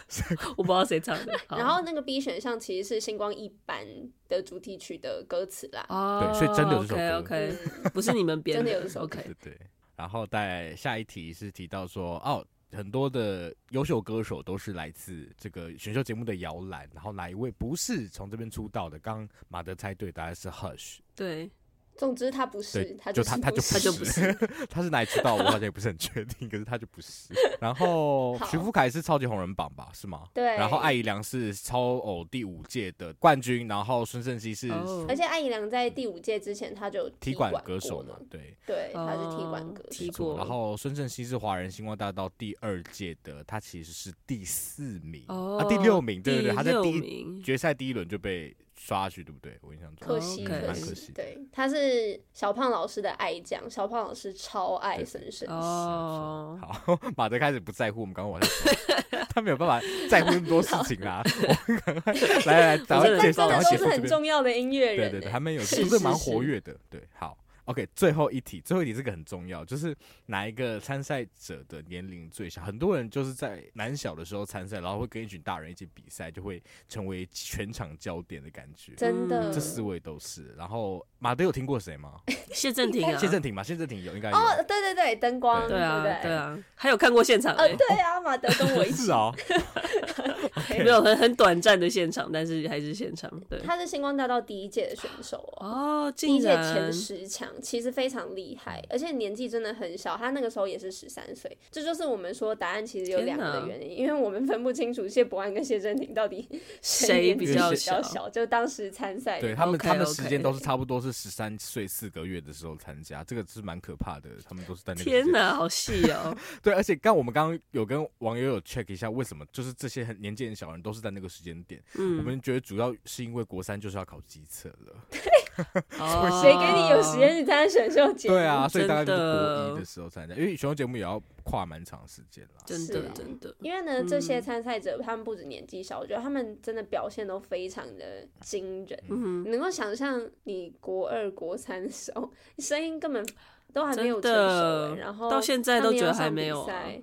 Speaker 4: 我不知道谁唱的。好
Speaker 3: 然后那个 B 选项其实是星光一班的主题曲的歌词啦。
Speaker 4: 哦，
Speaker 2: 对所以真的有这首歌
Speaker 4: OK，,
Speaker 3: 嗯
Speaker 4: o k 不是你们编
Speaker 3: 真的有这首歌
Speaker 4: OK，
Speaker 2: 对对。然后在下一题是提到说，哦，很多的优秀歌手都是来自这个选秀节目的摇篮，然后哪一位不是从这边出道的？刚刚马德猜对，答案是 Hush，
Speaker 4: 对，
Speaker 3: 总之他不是
Speaker 2: 对，，
Speaker 3: 他
Speaker 2: 就是他他就
Speaker 4: 他就不
Speaker 2: 不是， 他是哪里出道我好像也不是很确定，可是他就不是。然后
Speaker 3: 好
Speaker 2: 徐福凯是超级红人榜吧，是吗？
Speaker 3: 对
Speaker 2: 然后艾怡良是超偶第五届的冠军，然后孙胜熙是
Speaker 4: 哦
Speaker 3: 而且艾怡良在第五届之前他就有
Speaker 2: 踢
Speaker 3: 馆
Speaker 2: 馆歌手
Speaker 3: 过
Speaker 2: 嘛
Speaker 3: 了，
Speaker 2: 对，
Speaker 3: 对，他是踢
Speaker 4: 哦
Speaker 3: 馆歌手。
Speaker 4: 踢
Speaker 2: 没错
Speaker 4: 过
Speaker 2: 然后孙胜熙是华人星光大道第二届的，他其实是第四名
Speaker 4: 哦、
Speaker 2: 啊，第六名，对对对，
Speaker 4: 第
Speaker 2: 他在
Speaker 4: 六
Speaker 2: 第一
Speaker 4: 名，
Speaker 2: 决赛第一轮就被刷下去，对不对？我印象中
Speaker 3: 可惜，
Speaker 4: OK
Speaker 2: 嗯蛮
Speaker 3: 惜，
Speaker 2: 可惜的。
Speaker 3: 对，他是小胖老师的爱将，小胖老师超爱孙胜熙。
Speaker 4: 哦，
Speaker 2: 好， 马德开始不在乎我们刚刚晚上说的，他没有办法在乎那么多事情啦。我赶快来来，赶
Speaker 4: 我
Speaker 2: 快
Speaker 4: 真
Speaker 3: 但
Speaker 4: 的
Speaker 2: 结束，
Speaker 3: 真的
Speaker 2: 赶快
Speaker 3: 都
Speaker 2: 结
Speaker 3: 是
Speaker 2: 束这
Speaker 3: 很
Speaker 2: 边。
Speaker 3: 重要的音乐
Speaker 2: 对
Speaker 3: 人，
Speaker 2: 对对，
Speaker 3: 欸
Speaker 2: 他们有
Speaker 4: 是
Speaker 2: 不是蛮
Speaker 4: 是是
Speaker 2: 活跃的。对，好，OK，最后一题，最后一题这个很重要，就是哪一个参赛者的年龄最小？很多人就是在男小的时候参赛，然后会跟一群大人一起比赛，就会成为全场焦点的感觉。
Speaker 3: 真的
Speaker 4: 嗯
Speaker 2: 这四位都是。然后马德有听过谁吗？
Speaker 4: 谢振廷啊，
Speaker 2: 谢振廷吗？谢振廷有，应该有。
Speaker 3: 哦，对对对，灯光，
Speaker 4: 对
Speaker 3: 不
Speaker 4: 啊，对
Speaker 3: 对？
Speaker 4: 啊，还有看过现场、
Speaker 3: 呃，
Speaker 4: 欸
Speaker 3: 对啊，马德跟 我一起
Speaker 2: 是。哦，
Speaker 4: 没有很很短暂的现场，但是还是现场，对。
Speaker 3: 他是星光大道第一届的选手哦，
Speaker 4: 哦，
Speaker 3: 第一
Speaker 4: 竟
Speaker 3: 届
Speaker 4: 然嗯
Speaker 3: 前十强，其实非常厉害，而且年纪真的很小，他那个时候也是十三岁。这就是我们说答案其实有
Speaker 4: 天
Speaker 3: 两个
Speaker 4: 哪
Speaker 3: 的原因，因为我们分不清楚谢伯安跟谢振廷到底
Speaker 4: 谁
Speaker 3: 年
Speaker 4: 比
Speaker 3: 纪
Speaker 2: 较
Speaker 3: 比
Speaker 4: 小
Speaker 3: 较小，就当时参赛
Speaker 2: 对
Speaker 3: 的。
Speaker 2: 他们
Speaker 4: OK，
Speaker 2: 他们时间
Speaker 4: OK
Speaker 2: 都是差不多是十三岁四个月的时候参加，这个是蛮可怕的。他们都是在那个
Speaker 4: 天
Speaker 2: 哪！
Speaker 4: 哪，好细 哦！
Speaker 2: 对，而且刚我们刚刚有跟网友有 check 一下，为什么就是这些很年纪很小的人都是在那个时间点？我
Speaker 4: 嗯，
Speaker 2: 们觉得主要是因为国三就是要考机测了。
Speaker 4: 哦
Speaker 3: 谁给你有时间去参加选秀节目？
Speaker 2: 对啊，所以大概就是
Speaker 4: 真
Speaker 2: 国
Speaker 4: 的
Speaker 2: 一的时候参加，因为选秀节目也要跨蛮长时间啦。
Speaker 4: 真
Speaker 3: 是
Speaker 4: 的
Speaker 3: 啊
Speaker 4: 真的，
Speaker 3: 因为呢，这
Speaker 4: 嗯
Speaker 3: 些参赛者他们不止年纪小，我觉得他们真的表现都非常的惊人。
Speaker 4: 嗯
Speaker 3: 你能够想象你国二、国三的时候，你声音根本都还没有
Speaker 4: 真
Speaker 3: 成
Speaker 4: 的
Speaker 3: 熟欸，然后
Speaker 4: 到现在
Speaker 3: 他
Speaker 4: 都
Speaker 3: 们
Speaker 4: 觉
Speaker 3: 要
Speaker 4: 得还
Speaker 3: 上
Speaker 4: 没
Speaker 3: 比
Speaker 4: 有啊
Speaker 3: 赛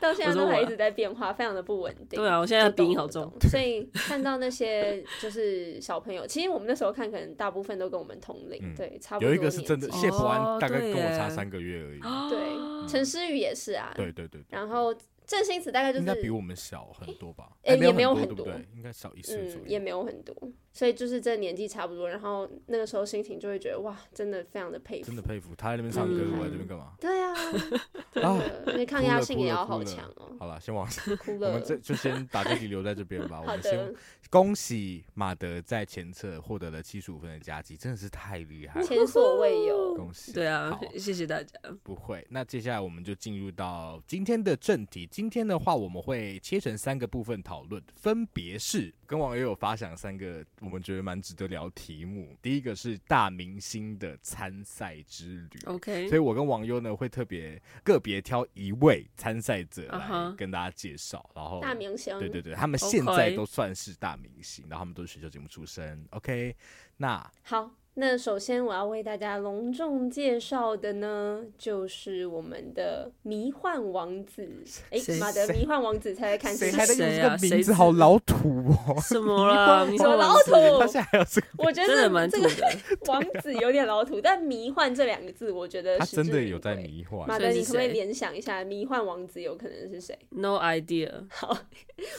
Speaker 3: 到现在
Speaker 4: 我说
Speaker 3: 都还
Speaker 4: 我
Speaker 3: 一直在变化，非常的不稳定。
Speaker 4: 对啊，我现在
Speaker 3: 不懂
Speaker 4: 鼻音好
Speaker 3: 不
Speaker 4: 重
Speaker 3: 懂，所以看到那些就是小朋友，其实我们那时候看，可能大部分都跟我们同龄，
Speaker 2: 嗯
Speaker 3: 对，差不多
Speaker 2: 有一个是真的，
Speaker 3: 年纪
Speaker 2: 谢伯
Speaker 4: 哦
Speaker 2: 安大概
Speaker 4: 对
Speaker 2: 跟我差
Speaker 4: 耶
Speaker 2: 三个月而已。
Speaker 4: 哦
Speaker 3: 对，陈思宇也是啊，
Speaker 2: 对对对，对
Speaker 3: 然后郑欣慈大概就
Speaker 2: 应该比
Speaker 3: 是
Speaker 2: 我们小很多吧？
Speaker 3: 诶
Speaker 2: 哎
Speaker 3: 也没有
Speaker 2: 很
Speaker 3: 很
Speaker 2: 对不
Speaker 3: 多
Speaker 2: 对？应该小一岁
Speaker 3: 嗯
Speaker 2: 左，
Speaker 3: 也
Speaker 2: 右。
Speaker 3: 没有很多，所以就是这年纪差不多，然后那个时候心情就会觉得哇，真的非常的佩服
Speaker 2: 真，的佩服，他在那边唱歌，
Speaker 4: 嗯
Speaker 2: 我在这边干嘛？
Speaker 3: 对啊，真
Speaker 2: 啊
Speaker 3: 的，因为抗
Speaker 2: 哭
Speaker 3: 压
Speaker 2: 了
Speaker 3: 性
Speaker 2: 哭
Speaker 3: 也
Speaker 2: 了
Speaker 3: 要
Speaker 2: 哭
Speaker 3: 好
Speaker 2: 了
Speaker 3: 强 哦，
Speaker 2: 好了，先往
Speaker 3: 哭
Speaker 2: 我
Speaker 3: 了
Speaker 2: 们，这就先把这题留在这边 吧。我
Speaker 3: 好
Speaker 2: 们先
Speaker 3: 的，
Speaker 2: 恭喜马德在前侧获得了七十五分的佳绩，真的是太厉害了，
Speaker 3: 前所未有，
Speaker 2: 恭喜！
Speaker 4: 对啊
Speaker 2: 好，
Speaker 4: 谢谢大家。
Speaker 2: 不会。那接下来我们就进入到今天的正题。今天的话，我们会切成三个部分讨论，分别是跟网友有发想三个我们觉得蛮值得聊的题目。第一个是大明星的参赛之旅。
Speaker 4: OK，
Speaker 2: 所以我跟网友呢会特别个别挑一位参赛者
Speaker 4: 啊哈
Speaker 2: 来跟大家介绍然后
Speaker 3: 大明星，
Speaker 2: 哦对对对，他们
Speaker 4: OK
Speaker 2: 现在都算是大明星然后他们都是选秀节目出身。OK，那
Speaker 3: 好，那首先我要为大家隆重介绍的呢，就是我们的迷幻王 子，哎、
Speaker 4: 谁
Speaker 3: 马德迷幻王子猜猜看是
Speaker 4: 谁还在
Speaker 3: 谁？
Speaker 4: 用这个名字，
Speaker 2: 名字好老土 哦
Speaker 4: 什么啦？你
Speaker 3: 什么老土
Speaker 2: 他现在还有这个，
Speaker 3: 哦我觉
Speaker 4: 真的
Speaker 3: 得
Speaker 4: 蛮
Speaker 3: 这
Speaker 4: 土
Speaker 3: 个
Speaker 4: 的，
Speaker 3: 王子有点老土，但迷幻这两个字，我觉得
Speaker 2: 他
Speaker 3: 实
Speaker 2: 真
Speaker 3: 至
Speaker 2: 的
Speaker 3: 名
Speaker 2: 有在
Speaker 3: 归。
Speaker 2: 迷幻。
Speaker 3: 马德，
Speaker 4: 所以
Speaker 3: 你可
Speaker 4: 是
Speaker 3: 不可以
Speaker 4: 谁
Speaker 3: 联想一下迷幻王子有可能是谁？
Speaker 4: No idea，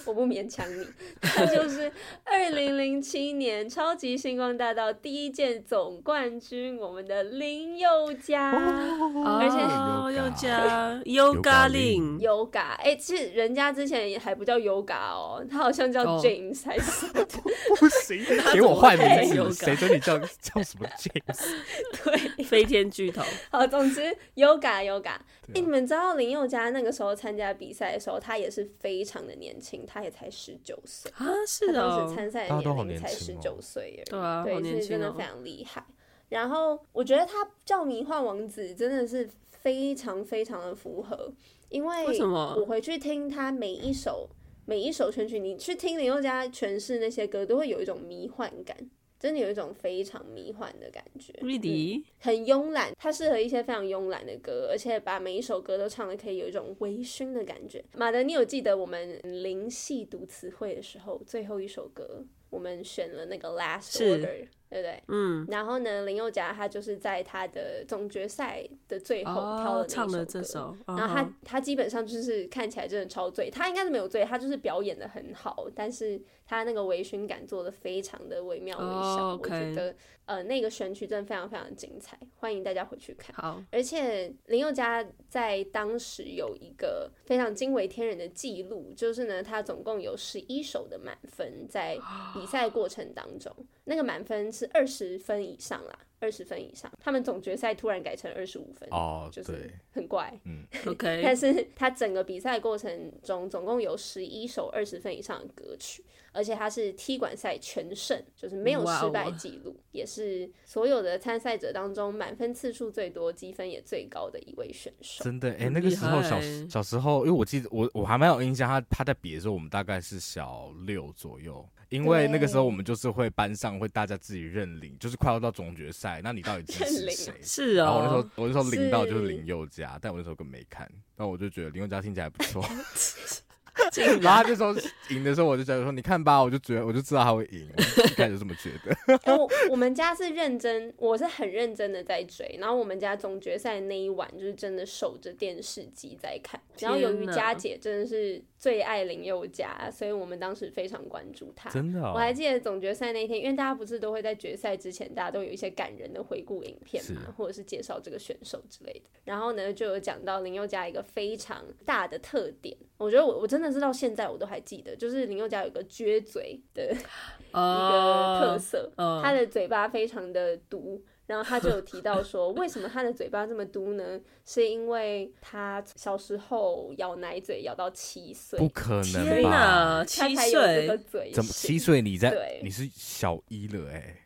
Speaker 3: 我不勉强 你，他就是二零零七年超级星光大道第一届总冠军，我们的林宥嘉。
Speaker 4: 哦 而
Speaker 3: 且
Speaker 4: 哦又
Speaker 2: Yoga
Speaker 4: 加 Yoga 令
Speaker 3: Yoga，哎、其实人家之前也还不叫 Yoga 哦，他好像叫
Speaker 4: 哦
Speaker 3: James 还是、
Speaker 2: 不行，给我换名
Speaker 4: 怎么
Speaker 2: 字，
Speaker 4: 可以
Speaker 2: 谁准你 叫叫什么 James？
Speaker 3: 对，
Speaker 4: 飞天 巨头，啊
Speaker 3: 好，总之 Yoga Yoga，哎、你
Speaker 2: 对啊
Speaker 3: 们知道林宥嘉那个时候参加比赛的时候，他也是非常的年轻，他也才十九岁，
Speaker 4: 啊，
Speaker 3: 他
Speaker 4: 是
Speaker 3: 当时
Speaker 4: 哦，
Speaker 3: 参赛的
Speaker 2: 大家都好
Speaker 3: 年龄才
Speaker 2: 年
Speaker 3: 十
Speaker 2: 轻哦
Speaker 3: 九岁而已。
Speaker 4: 对啊，好
Speaker 3: 对，所
Speaker 4: 年
Speaker 3: 以真
Speaker 4: 轻
Speaker 3: 的
Speaker 4: 哦
Speaker 3: 非，常厉害。然后我觉得他叫迷幻王子真的是非常非常的符合，因为
Speaker 4: 为什么
Speaker 3: 我回去听他每一首每一首选曲，你去听林宥嘉诠释那些歌，都会有一种迷幻感。真的有一种非常迷幻的感觉，
Speaker 4: 瑞
Speaker 3: 嗯
Speaker 4: 迪，
Speaker 3: 很慵懒，它适合一些非常慵懒的歌，而且把每一首歌都唱的可以有一种微醺的感觉。马德，你有记得我们零系读词汇的时候，最后一首歌我们选了那个 Last
Speaker 4: 是
Speaker 3: Order，对不对？
Speaker 4: 嗯，
Speaker 3: 然后呢，林宥嘉他就是在他的总决赛的最后挑了，
Speaker 4: 哦
Speaker 3: 那一
Speaker 4: 唱了
Speaker 3: 歌
Speaker 4: 这。首，
Speaker 3: 然后他、
Speaker 4: 啊
Speaker 3: 他基本上就是看起来真的超醉，他应该是没有醉，他就是表演的很好，但是他那个微醺感做的非常的惟妙惟肖
Speaker 4: 哦，OK
Speaker 3: 我觉得呃那个选曲真的非常非常精彩，欢迎大家回去看。
Speaker 4: 好，
Speaker 3: 而且林宥嘉在当时有一个非常惊为天人的记录，就是呢，他总共有十一首的满分，在比赛过程当中，那个满分是二十分以上啦，二十分以上。他们总决赛突然改成二十五分，
Speaker 2: 哦，
Speaker 3: 就是
Speaker 2: 对，
Speaker 3: 很怪。但
Speaker 4: OK，
Speaker 3: 是他整个比赛过程中，总共有十一首二十分以上的歌曲，而且他是踢馆赛全胜，就是没有
Speaker 4: 哇哦
Speaker 3: 失败记录，也是所有的参赛者当中满分次数最多、积分也最高的一位选手。
Speaker 2: 真的哎、
Speaker 4: 很
Speaker 2: 那个
Speaker 4: 厉
Speaker 2: 时候小
Speaker 4: 害
Speaker 2: 时小时候，因为我记得我我还蛮有印象，他他在比的时候，我们大概是小六左右，因为那个时候我们就是会班上会大家自己认领，就是快要到总决赛，那你到底支
Speaker 3: 认
Speaker 2: 持
Speaker 3: 领
Speaker 2: 谁？
Speaker 4: 是
Speaker 2: 然后我那时
Speaker 4: 哦
Speaker 2: 候，我那时候领到就是
Speaker 3: 是
Speaker 2: 林宥嘉，但我那时候根本没看，但我就觉得林宥嘉听起来不错，
Speaker 4: 竟
Speaker 2: 然后
Speaker 4: 然
Speaker 2: 他就说赢的时候，我就觉得说你看吧，我就觉得我就知道他会赢，我一开始就这么觉得。
Speaker 3: 哎我我们家是认真，我是很认真的在追。然后我们家总决赛那一晚就是真的守着电视机在看。然后由于
Speaker 4: 天哪
Speaker 3: 佳姐真的是最爱林宥嘉，所以我们当时非常关注她。
Speaker 2: 真的、哦
Speaker 3: 我还记得总决赛那一天，因为大家不是都会在决赛之前，大家都有一些感人的回顾影片
Speaker 2: 是
Speaker 3: 嘛，或者是介绍这个选手之类的。然后呢，就有讲到林宥嘉一个非常大的特点，我觉得我我真的是到现在我都还记得，就是林宥嘉有一个撅嘴的一
Speaker 2: 哦
Speaker 3: 个特
Speaker 4: 啊，
Speaker 3: 色，
Speaker 4: 嗯
Speaker 3: 他的嘴巴非常的毒。然后他就有提到说，为什么他的嘴巴这么毒呢？是因为他小时候咬奶嘴咬到七岁，
Speaker 2: 不可能
Speaker 4: 天
Speaker 2: 吧
Speaker 3: 他
Speaker 4: 哪，？七
Speaker 3: 才有这个
Speaker 4: 岁
Speaker 3: 嘴型。
Speaker 2: 怎么七岁你在
Speaker 3: 对
Speaker 2: 你是小一了哎、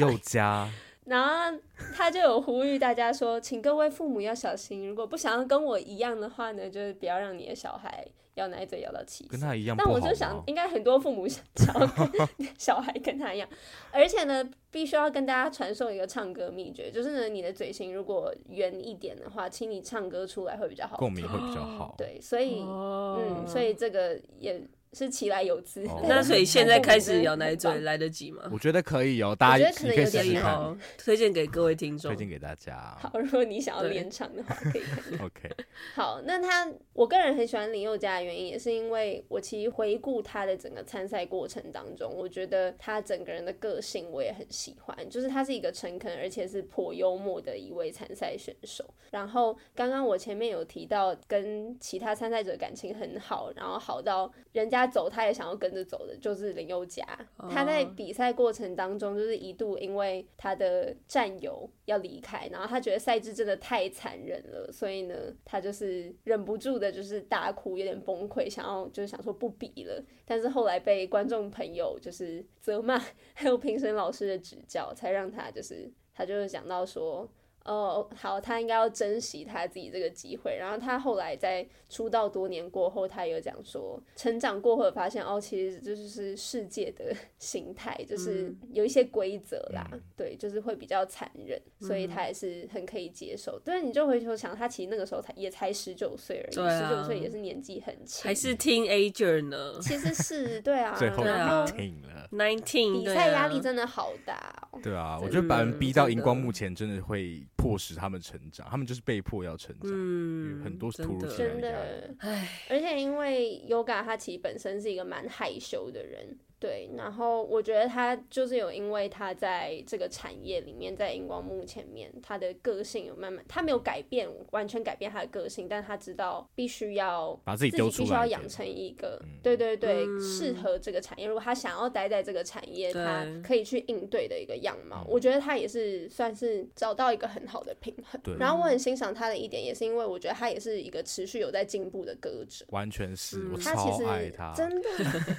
Speaker 2: 又 加
Speaker 3: 然后他就有呼吁大家说，请各位父母要小心，如果不想要跟我一样的话呢，就是不要让你的小孩咬奶嘴咬到七
Speaker 2: 跟
Speaker 3: 岁。
Speaker 2: 他一样不
Speaker 3: 但
Speaker 2: 好
Speaker 3: 我
Speaker 2: 吗？
Speaker 3: 就想，应该很多父母想想 要跟小孩跟他一样，而且呢，必须要跟大家传授一个唱歌秘诀，就是呢，你的嘴型如果圆一点的话，请你唱歌出来会比较好听
Speaker 2: 共鸣会比较好。，
Speaker 3: 对，所以、
Speaker 4: 哦
Speaker 3: 嗯，所以这个也是其来有之。
Speaker 2: 哦
Speaker 4: 那所以现在开始咬
Speaker 3: 奶
Speaker 4: 奶嘴来得及吗？
Speaker 2: 我觉得可以哦，大家
Speaker 3: 我觉得可
Speaker 2: 你
Speaker 3: 能
Speaker 2: 可以
Speaker 3: 有
Speaker 2: 试
Speaker 3: 点
Speaker 2: 试
Speaker 4: 以
Speaker 2: 看，
Speaker 4: 后推荐给各位听众
Speaker 2: 推。荐给大 家。
Speaker 3: 好，如果你想要
Speaker 4: 对
Speaker 3: 练唱的话， 可以看。
Speaker 2: OK，，
Speaker 3: 好，那他我个人很喜欢林宥嘉的原因，也是因为我其实回顾他的整个参赛过程当中，我觉得他整个人的个性我也很喜欢，就是他是一个诚恳而且是颇幽默的一位参赛选手。然后刚刚我前面有提到跟其他参赛者感情很好，然后好到人家走他也想要跟着走的，就是林宥嘉。他在
Speaker 4: 哦
Speaker 3: 比赛过程当中，就是一度因为他的战友要离开，然后他觉得赛制真的太残忍了，所以呢，他就是忍不住的，就是大哭，有点崩溃，想要就是想说不比了。但是后来被观众朋友就是责骂， 还有评审老师的指教，才让他就是他就是讲到说，哦，好，他应该要珍惜他自己这个机会。然后他后来在出道多年过后，他有讲说，成长过后发现，哦，其实这就是世界的形态，就是
Speaker 4: 嗯
Speaker 3: 有一些规则啦，对，就是会比较残忍，所以
Speaker 4: 嗯
Speaker 3: 他也是很可以接受。但是你就回头想，他其实那个时候才也才十九岁而已，
Speaker 4: 对
Speaker 3: 十
Speaker 4: 啊
Speaker 3: 九岁也是年纪很轻，
Speaker 4: 还是 teenager 呢
Speaker 3: 其实是对啊
Speaker 2: 最后
Speaker 4: 对
Speaker 3: 然
Speaker 4: 啊
Speaker 3: 后
Speaker 2: 一定了。嗯
Speaker 4: ？nineteen
Speaker 3: 比
Speaker 2: 啊
Speaker 3: 赛压
Speaker 4: 啊
Speaker 3: 力真的好大、哦，
Speaker 2: 对啊，我
Speaker 3: 真
Speaker 2: 觉得把人
Speaker 4: 的
Speaker 2: 逼到
Speaker 4: 真
Speaker 2: 荧光
Speaker 4: 的
Speaker 2: 幕前，真的会迫使他们成长，他们就是被迫要成长。
Speaker 4: 嗯，
Speaker 2: 很多突
Speaker 4: 真
Speaker 2: 如
Speaker 4: 的
Speaker 2: 其来
Speaker 3: 真的。
Speaker 4: 唉，
Speaker 3: 而且因为 Yoga 他其实本身是一个蛮害羞的人，对，然后我觉得他就是有因为他在这个产业里面，在荧光幕前面，他的个性有慢慢，他没有改变，完全改变他的个性，但他知道必须要
Speaker 2: 把自己丢出
Speaker 3: 必须
Speaker 2: 来
Speaker 3: 要
Speaker 2: 一
Speaker 3: 养
Speaker 2: 点
Speaker 3: 成一个，
Speaker 2: 嗯
Speaker 3: 对对对，
Speaker 4: 嗯
Speaker 3: 适合这个产业。如果他想要待在这个产业，
Speaker 4: 对
Speaker 3: 他可以去应对的一个样貌
Speaker 2: 嗯，
Speaker 3: 我觉得他也是算是找到一个很好的平衡。
Speaker 2: 对
Speaker 3: 然后我很欣赏他的一点，也是因为我觉得他也是一个持续有在进步的歌者。
Speaker 2: 完全是，
Speaker 4: 嗯
Speaker 2: 我
Speaker 3: 他其
Speaker 2: 超爱
Speaker 3: 实
Speaker 2: 他。
Speaker 3: 真的，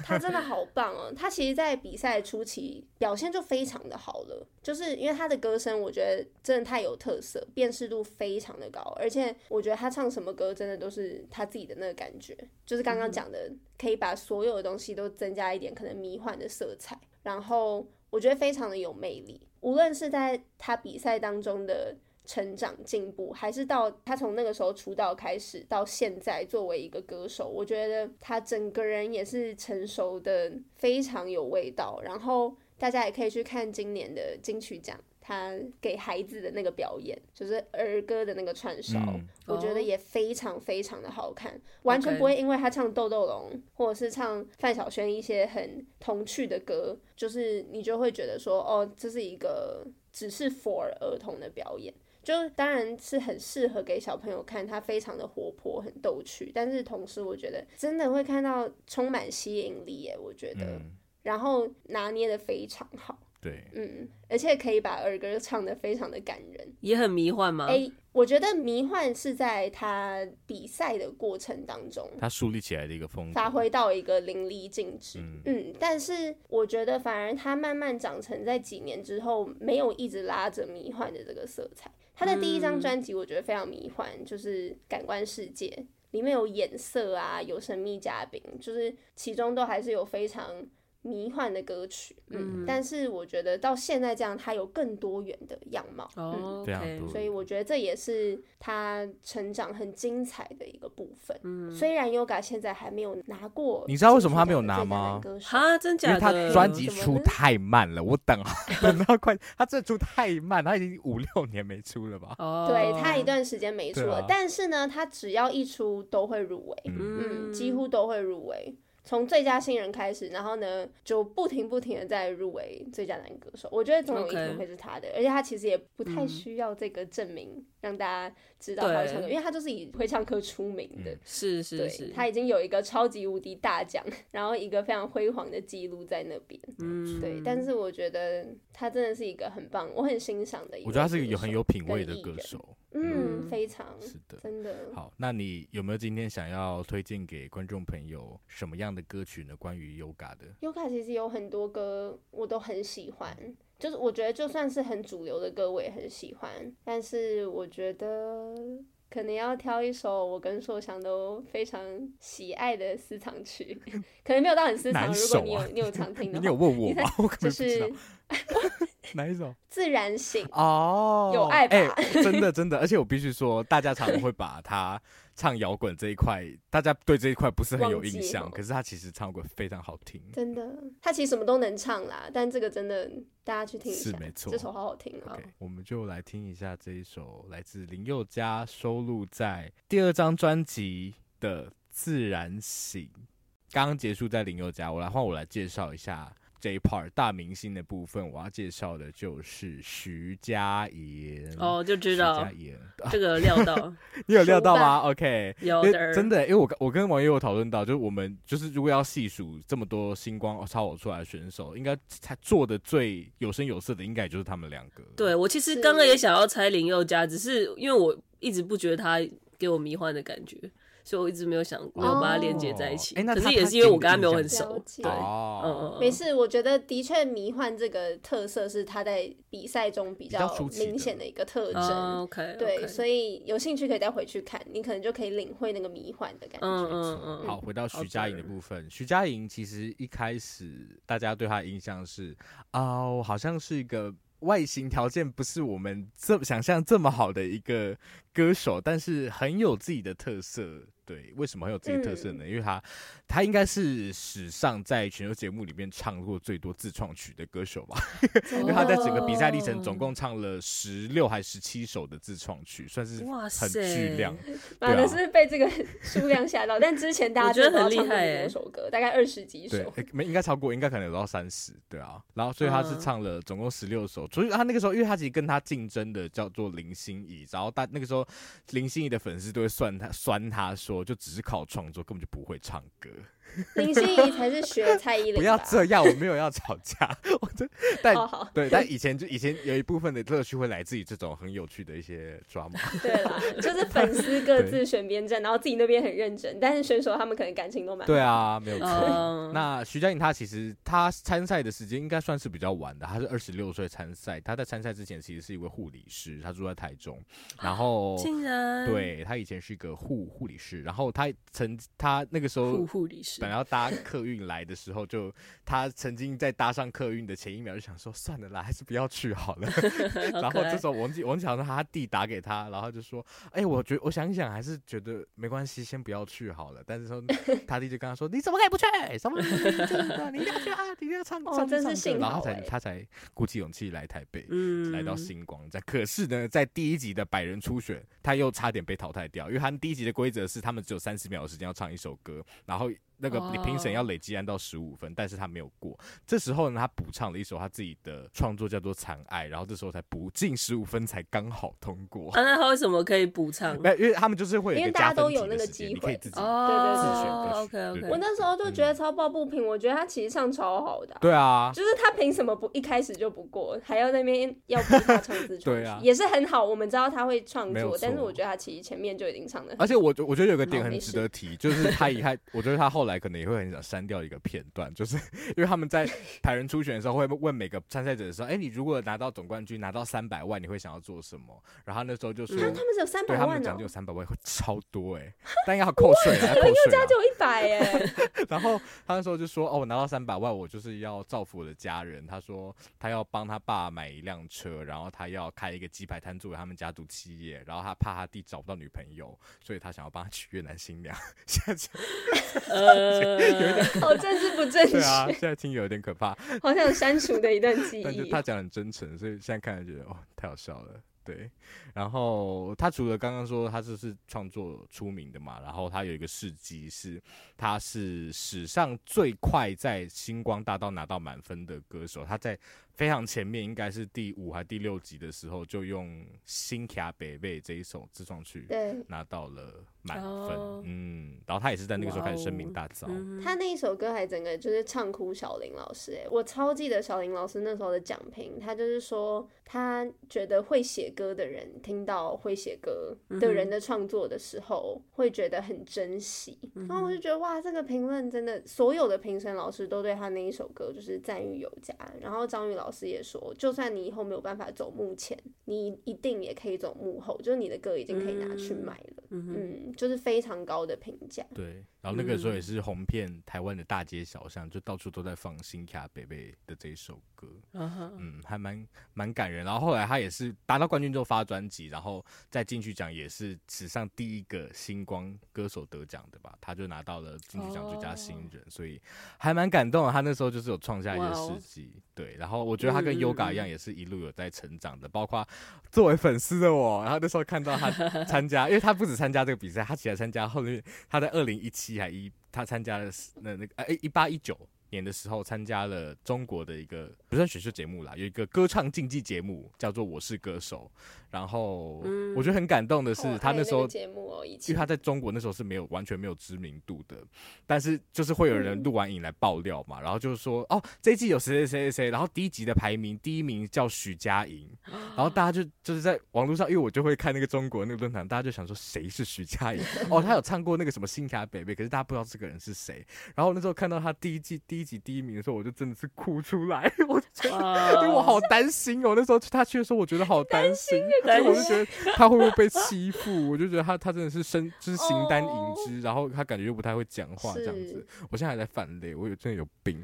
Speaker 3: 他真的好棒哦！他其实，在比赛初期表现就非常的好了，就是因为他的歌声，我觉得真的太有特色，辨识度非常的高，而且我觉得他唱什么歌，真的都是他自己的那个感觉，就是刚刚讲的，可以把所有的东西都增加一点可能迷幻的色彩，然后我觉得非常的有魅力，无论是在他比赛当中的成长进步，还是到他从那个时候出道开始到现在作为一个歌手，我觉得他整个人也是成熟的，非常有味道。然后大家也可以去看今年的金曲奖。他给孩子的那个表演，就是儿歌的那个串烧，
Speaker 2: 嗯
Speaker 3: 我觉得
Speaker 4: 哦
Speaker 3: 也非常非常的好看，完全不会因为他唱《豆豆龙》或者是唱范晓萱一些很童趣的歌，就是你就会觉得说，哦，这是一个只是 for 儿童的表演。就当然是很适合给小朋友看，它非常的活泼，很逗趣。但是同时，我觉得真的会看到充满吸引力耶，我觉得，
Speaker 2: 嗯，
Speaker 3: 然后拿捏的非常好，
Speaker 2: 对，
Speaker 3: 嗯，而且可以把儿歌唱的非常的感人。
Speaker 4: 也很迷幻吗？
Speaker 2: 嗯
Speaker 3: 哎、我觉得迷幻是在他比赛的过程当中，
Speaker 2: 他树立起来的一个
Speaker 4: 嗯
Speaker 2: 风格
Speaker 3: 发，挥到一个淋漓尽致。
Speaker 2: 嗯
Speaker 3: 嗯但是我觉得反而他慢慢长成，在几年之后没有一直拉着迷幻的这个色彩。他的第一张
Speaker 4: 嗯
Speaker 3: 专辑我觉得非常迷幻，就是《感官世界》。里面有眼色啊，有神秘嘉宾，就是其中都还是有非常迷幻的歌曲，嗯，
Speaker 4: 嗯
Speaker 3: 但是我觉得到现在这样，它有更多元的样貌，嗯，
Speaker 4: 哦，
Speaker 2: 非常
Speaker 4: OK
Speaker 2: 多
Speaker 3: 所以我觉得这也是他成长很精彩的一个部分。嗯，虽然 Yoga 现在还没有拿过，
Speaker 2: 你知道为什么他没有拿吗
Speaker 3: 歌手
Speaker 4: 哈，真
Speaker 2: 因
Speaker 4: 假的？
Speaker 2: 为他专辑
Speaker 3: 怎么
Speaker 2: 出
Speaker 3: 呢
Speaker 2: 太慢了，我等 等到快，他这出太慢，他已经五六年没出了吧？
Speaker 4: 哦，
Speaker 3: 对他一段时间没出
Speaker 2: 对
Speaker 3: 了，
Speaker 2: 啊
Speaker 3: 但是呢，他只要一出都会入围，嗯，几乎都会入围。从最佳新人开始，然后呢，就不停不停的在入围最佳男歌手。我觉得总有一
Speaker 4: OK
Speaker 3: 天会是他的而且他其实也不
Speaker 2: 嗯
Speaker 3: 太需要这个证明让大家知道他会唱歌，
Speaker 4: 对
Speaker 3: 因为他就是以会唱歌出名
Speaker 2: 嗯
Speaker 3: 的。
Speaker 4: 是是
Speaker 3: 对
Speaker 4: 是，，
Speaker 3: 他已经有一个超级无敌大奖， 然后一个非常辉煌的记录在那边。
Speaker 4: 嗯
Speaker 3: 对，但是我觉得他真的是一个很棒，我很欣赏的一位
Speaker 2: 我觉得他是一个
Speaker 3: 歌
Speaker 2: 有很
Speaker 3: 手
Speaker 2: 有品
Speaker 3: 跟
Speaker 2: 味的
Speaker 3: 艺
Speaker 2: 歌
Speaker 3: 人
Speaker 2: 手。
Speaker 3: 嗯，非常，
Speaker 2: 是的。
Speaker 3: 真的。
Speaker 2: 好，那你有没有今天想要推荐给观众朋友什么样的歌曲呢？关于 Yoga 的，
Speaker 3: Yoga 其实有很多歌我都很喜欢，就是我觉得就算是很主流的歌我也很喜欢，但是我觉得可能要挑一首我跟硕翔都非常喜爱的私藏曲， 可能没有到很私藏，
Speaker 2: 哪一
Speaker 3: 如果你
Speaker 2: 首
Speaker 3: 有
Speaker 2: 啊
Speaker 3: 你有常听的
Speaker 2: 你有
Speaker 3: 话，
Speaker 2: 问我吗？ 我根
Speaker 3: 就
Speaker 2: 本不知道
Speaker 3: 是
Speaker 2: 哪一首。
Speaker 3: 自然醒。
Speaker 2: 哦，
Speaker 3: 有爱吧
Speaker 2: 哎真的真的，而且我必须说，大家常常会把他唱摇滚这一块，大家对这一块不是很有
Speaker 3: 忘记
Speaker 2: 印象，
Speaker 3: 了
Speaker 2: 可是他其实唱过非常好听。
Speaker 3: 真的，他其实什么都能唱啦，但这个真的大家去听一
Speaker 2: 是
Speaker 3: 下，
Speaker 2: 没错
Speaker 3: 这首好好听哦、
Speaker 2: OK，我们就来听一下这一首来自林宥嘉收录在第二张专辑的《自然醒》。刚刚结束在林宥嘉，我来换我来介绍一下这一 part 大明星的部分。我要介绍的就是徐佳莹。
Speaker 4: 哦，就知
Speaker 2: 徐
Speaker 4: 道
Speaker 2: 佳莹，
Speaker 4: 这个料 到
Speaker 2: 你有料到
Speaker 3: 熟
Speaker 2: 吗？OK，
Speaker 4: 有
Speaker 2: 因
Speaker 4: 的，
Speaker 2: 为真的，因为我跟我跟网友有讨论到，就是我们就是如果要细数这么多星光超偶出来的选手，应该才做的最有声有色的，应该也就是他们两个。
Speaker 4: 对我其实刚刚也想要猜林宥嘉，只是因为我一直不觉得他给我迷幻的感觉，所以我一直没有想没有把它连接在一起。
Speaker 2: 哦哎那
Speaker 4: 可
Speaker 2: 他
Speaker 4: 是也是因为我跟他没有很
Speaker 3: 了
Speaker 4: 熟，
Speaker 3: 解
Speaker 4: 对，嗯
Speaker 2: 哦，
Speaker 4: 嗯
Speaker 3: 没
Speaker 4: 嗯，
Speaker 3: 事，我觉得的确迷幻这个特色是他在比赛中比
Speaker 2: 比
Speaker 3: 较
Speaker 2: 较出奇的
Speaker 3: 明显的一个特征。
Speaker 4: 哦，OK，
Speaker 3: 对，
Speaker 4: 以
Speaker 3: 所以有兴趣可以再回去看，你可能就可以领会那个迷幻的感觉。
Speaker 4: 嗯
Speaker 2: 没
Speaker 4: 嗯
Speaker 2: 错
Speaker 4: 嗯，
Speaker 2: 好，回到
Speaker 4: 好
Speaker 2: 徐佳莹的
Speaker 4: 的
Speaker 2: 部分，徐佳莹其实一开始大家对她的印象是，哦，好像是一个外形条件不是我们这想象这么好的一个歌手，但是很有自己的特色。对，为什么很有自己的特色
Speaker 4: 嗯
Speaker 2: 呢？因为她，她应该是史上在全球节目里面唱过最多自创曲的歌手吧。
Speaker 3: 真的
Speaker 2: 因为他在整个比赛历程总
Speaker 4: 哦
Speaker 2: 共唱了十六还十七首的自创曲，算是
Speaker 4: 哇
Speaker 2: 很巨
Speaker 4: 塞
Speaker 2: 量。
Speaker 3: 马
Speaker 2: 对
Speaker 3: 德
Speaker 2: 啊
Speaker 3: 是被这个 数量吓到，但之前大家
Speaker 4: 我觉得
Speaker 3: 真的
Speaker 4: 很
Speaker 3: 不知道
Speaker 4: 厉
Speaker 3: 唱
Speaker 4: 害
Speaker 3: 过
Speaker 4: 欸
Speaker 3: 多首歌，大概二十 几
Speaker 2: 对哎
Speaker 3: 首，，
Speaker 2: 诶没应该超过，应该可能有到三十，对啊。然后所以他是
Speaker 4: 嗯
Speaker 2: 唱了总共十六首，所以他那个时候，因为他其实跟他竞争的叫做林心怡，然后大那个时候林心怡的粉丝都会算他酸他说，就只是靠创作，根本就不会唱歌。
Speaker 3: 林心怡才是学蔡依林吧。
Speaker 2: 不要这样，我没有要吵架，我这但
Speaker 3: 哦好
Speaker 2: 对，但以前就以前有一部分的乐趣会来自于这种很有趣的一些 drama。
Speaker 3: 对啦，就是粉丝各自选边站，然后自己那边很认真，但是选手他们可能感情都蛮
Speaker 2: 对啊，没有错。
Speaker 4: 嗯
Speaker 2: 那徐佳莹她其实她参赛的时间应该算是比较晚的，她是二十六岁参赛。她在参赛之前其实是一位护理师，她住在台中，然后。
Speaker 4: 竟然，
Speaker 2: 对她以前是一个护护理师，然后她曾她那个时
Speaker 4: 护
Speaker 2: 候
Speaker 4: 护理师
Speaker 2: 本，来要搭客运来的时候就，她曾经在搭上客运的前一秒就想说算了啦，还是不要去好了。
Speaker 4: 然
Speaker 2: 然后这时候我忘记我忘记好像他弟打给他，然后就说：“哎、我觉我想一想，还是觉得没关系，先不要去好了。”但 是说他弟就跟他说：“你怎么可以不去？什么真的，你一定要去啊，你一定要唱
Speaker 3: 哦
Speaker 2: 上去
Speaker 3: 真是
Speaker 2: 唱
Speaker 3: 幸
Speaker 2: 歌。”然后
Speaker 3: 好
Speaker 2: 他
Speaker 3: 欸
Speaker 2: 才他才鼓起勇气来台北，
Speaker 4: 嗯
Speaker 2: 来到星光站。可是呢，在第一集的百人初选，他又差点被淘汰掉，因为他们第一集的规则是他们只有三十秒的时间要唱一首歌，然后那个
Speaker 4: 哦
Speaker 2: 评审要累积按到十五分，但是他没有过。这时候呢，他补唱了一首他自己的创作，叫做《残爱》，然后这时候才补进十五分，才刚好通过。
Speaker 4: 啊，那他为什么可以补唱？
Speaker 2: 没有，因为他们就是会有
Speaker 3: 嗯
Speaker 2: 一
Speaker 3: 因
Speaker 2: 个
Speaker 3: 为大
Speaker 2: 加
Speaker 3: 家都
Speaker 2: 分
Speaker 3: 有
Speaker 2: 题
Speaker 3: 那个
Speaker 2: 的时间，
Speaker 3: 机
Speaker 2: 你可以
Speaker 3: 会
Speaker 2: 自己。
Speaker 4: 哦
Speaker 2: 自选歌曲
Speaker 4: ，OK
Speaker 2: 对
Speaker 4: OK，
Speaker 3: 我那时候就觉得超抱不平，我觉得他其实唱超好的啊、
Speaker 2: 对啊，
Speaker 3: 就是他凭什么不一开始就不过，还要在那边要逼他唱自创
Speaker 2: 对
Speaker 3: 曲，
Speaker 2: 啊
Speaker 3: 也是很好。我们知道他会创
Speaker 2: 没有
Speaker 3: 作
Speaker 2: 错，
Speaker 3: 但是我觉得他其实前面就已经唱的，
Speaker 2: 而且我我觉得有个点
Speaker 3: 好
Speaker 2: 很
Speaker 3: 没
Speaker 2: 值
Speaker 3: 事
Speaker 2: 得提，就是他一开，我觉得他后来可能也会很想删掉一个片段，就是因为他们在排人初选的时候会问每个参赛者的时候，哎、你如果拿到总冠军拿到三百万，你会想要做什么？然后他那时 候就说，
Speaker 3: 他他们只有三
Speaker 2: 对
Speaker 3: 百
Speaker 2: 他们
Speaker 3: 万
Speaker 2: 讲
Speaker 3: 哦
Speaker 2: 就有，三百万，会超多哎、但应该要扣税 啊，要扣税
Speaker 3: 家
Speaker 2: 啊
Speaker 3: 就。有一百哎，
Speaker 2: 然后他那时候就说：“哦，我拿到三百万，我就是要造福我的家人。”他说他要帮他爸买一辆车，然后他要开一个鸡排摊作为他们家族企业，然后他怕他弟找不到女朋友，所以他想要帮他 娶越南新娘。现在就
Speaker 4: 嗯 呃，
Speaker 3: 好正哦是不正
Speaker 2: 对啊，
Speaker 3: 确，
Speaker 2: 现在听有点可怕，
Speaker 3: 好想删除的一段记
Speaker 2: 但就
Speaker 3: 忆
Speaker 2: 他。讲得很真诚，所以现在看着觉得哦，太好笑了。对，然后他除了刚刚说他就是创作出名的嘛，然后他有一个事迹是他是史上最快在星光大道拿到满分的歌手，他在非常前面应该是第五还第六集的时候就用《新卡北贝》这一首自创曲
Speaker 3: 对
Speaker 2: 拿到了满分，
Speaker 4: 哦
Speaker 2: 嗯，然后他也是在那个时候开始声名大
Speaker 4: 嗯
Speaker 2: 噪，
Speaker 3: 他那一首歌还整个就是唱哭小林老师、欸，我超记得小林老师那时候的讲评，他就是说他觉得会写歌的人听到会写歌的人的创作的时候，会觉得很珍惜。然后我就觉得哇，这个评论真的，所有的评审老师都对他那一首歌就是赞誉有加。然后张宇老师也说，就算你以后没有办法走幕前，你一定也可以走幕后，就是你的歌已经可以拿去卖了。嗯，就是非常高的评价。
Speaker 2: 对，然后那个时候
Speaker 4: 嗯
Speaker 2: 也是红遍台湾的大街小巷，就到处都在放新卡北北的这一首歌，
Speaker 4: 啊
Speaker 2: 嗯，还蛮蛮感人。然后后来他也是拿到冠军之后发专辑，然后再进去奖也是史上第一个星光歌手得奖的吧，他就拿到了金曲奖最佳新人，所以还蛮感动的。他那时候就是有创下一
Speaker 4: 哦哇
Speaker 2: 些
Speaker 4: 哦
Speaker 2: 事迹，对。然后我觉得他
Speaker 4: 嗯
Speaker 2: 跟
Speaker 4: 嗯
Speaker 2: Yoga 一样，也是一路有在成长的，包括作为粉丝的我，然后那时候看到他参加，因为他不止参加这个比赛，他其实还参加后面他在二零一七还一他参加了是那那个哎一八一九年的时候参加了中国的一个不算选秀节目啦，有一个歌唱竞技节目叫做《我是歌手》，然后
Speaker 3: 嗯
Speaker 2: 我觉得很感动的
Speaker 3: 好
Speaker 2: 是他
Speaker 3: 爱
Speaker 2: 那时候
Speaker 3: 个节目哦，以
Speaker 2: 因为
Speaker 3: 前
Speaker 2: 他在中国那时候是没有完全没有知名度的，但是就是会有
Speaker 3: 嗯
Speaker 2: 人录完影来爆料嘛，然后就是说哦这一季有谁谁谁谁谁，然后第一集的排名第一名叫许佳莹，
Speaker 3: 啊
Speaker 2: 然后大家就就是在网络上，因为我就会看那个中国那个论坛，大家就想说谁是许佳 莹哦，他有唱过那个什么《新卡北北》，可是大家不知道这个人是谁。然后那时候看到他第一季第一集第一名的时候，我就真的是哭出来， 我觉得。
Speaker 4: 对
Speaker 2: 对
Speaker 3: 嗯
Speaker 2: 我好担心哦，那时候他去的时候，我觉得好担心，
Speaker 4: 担
Speaker 2: 所以我就觉得他会不会被欺负，我就觉得他他真的 是身就是形单影只，然后他感觉又不太会讲话这样子
Speaker 3: 哦是。
Speaker 2: 我现在还在犯累，我有真的有病。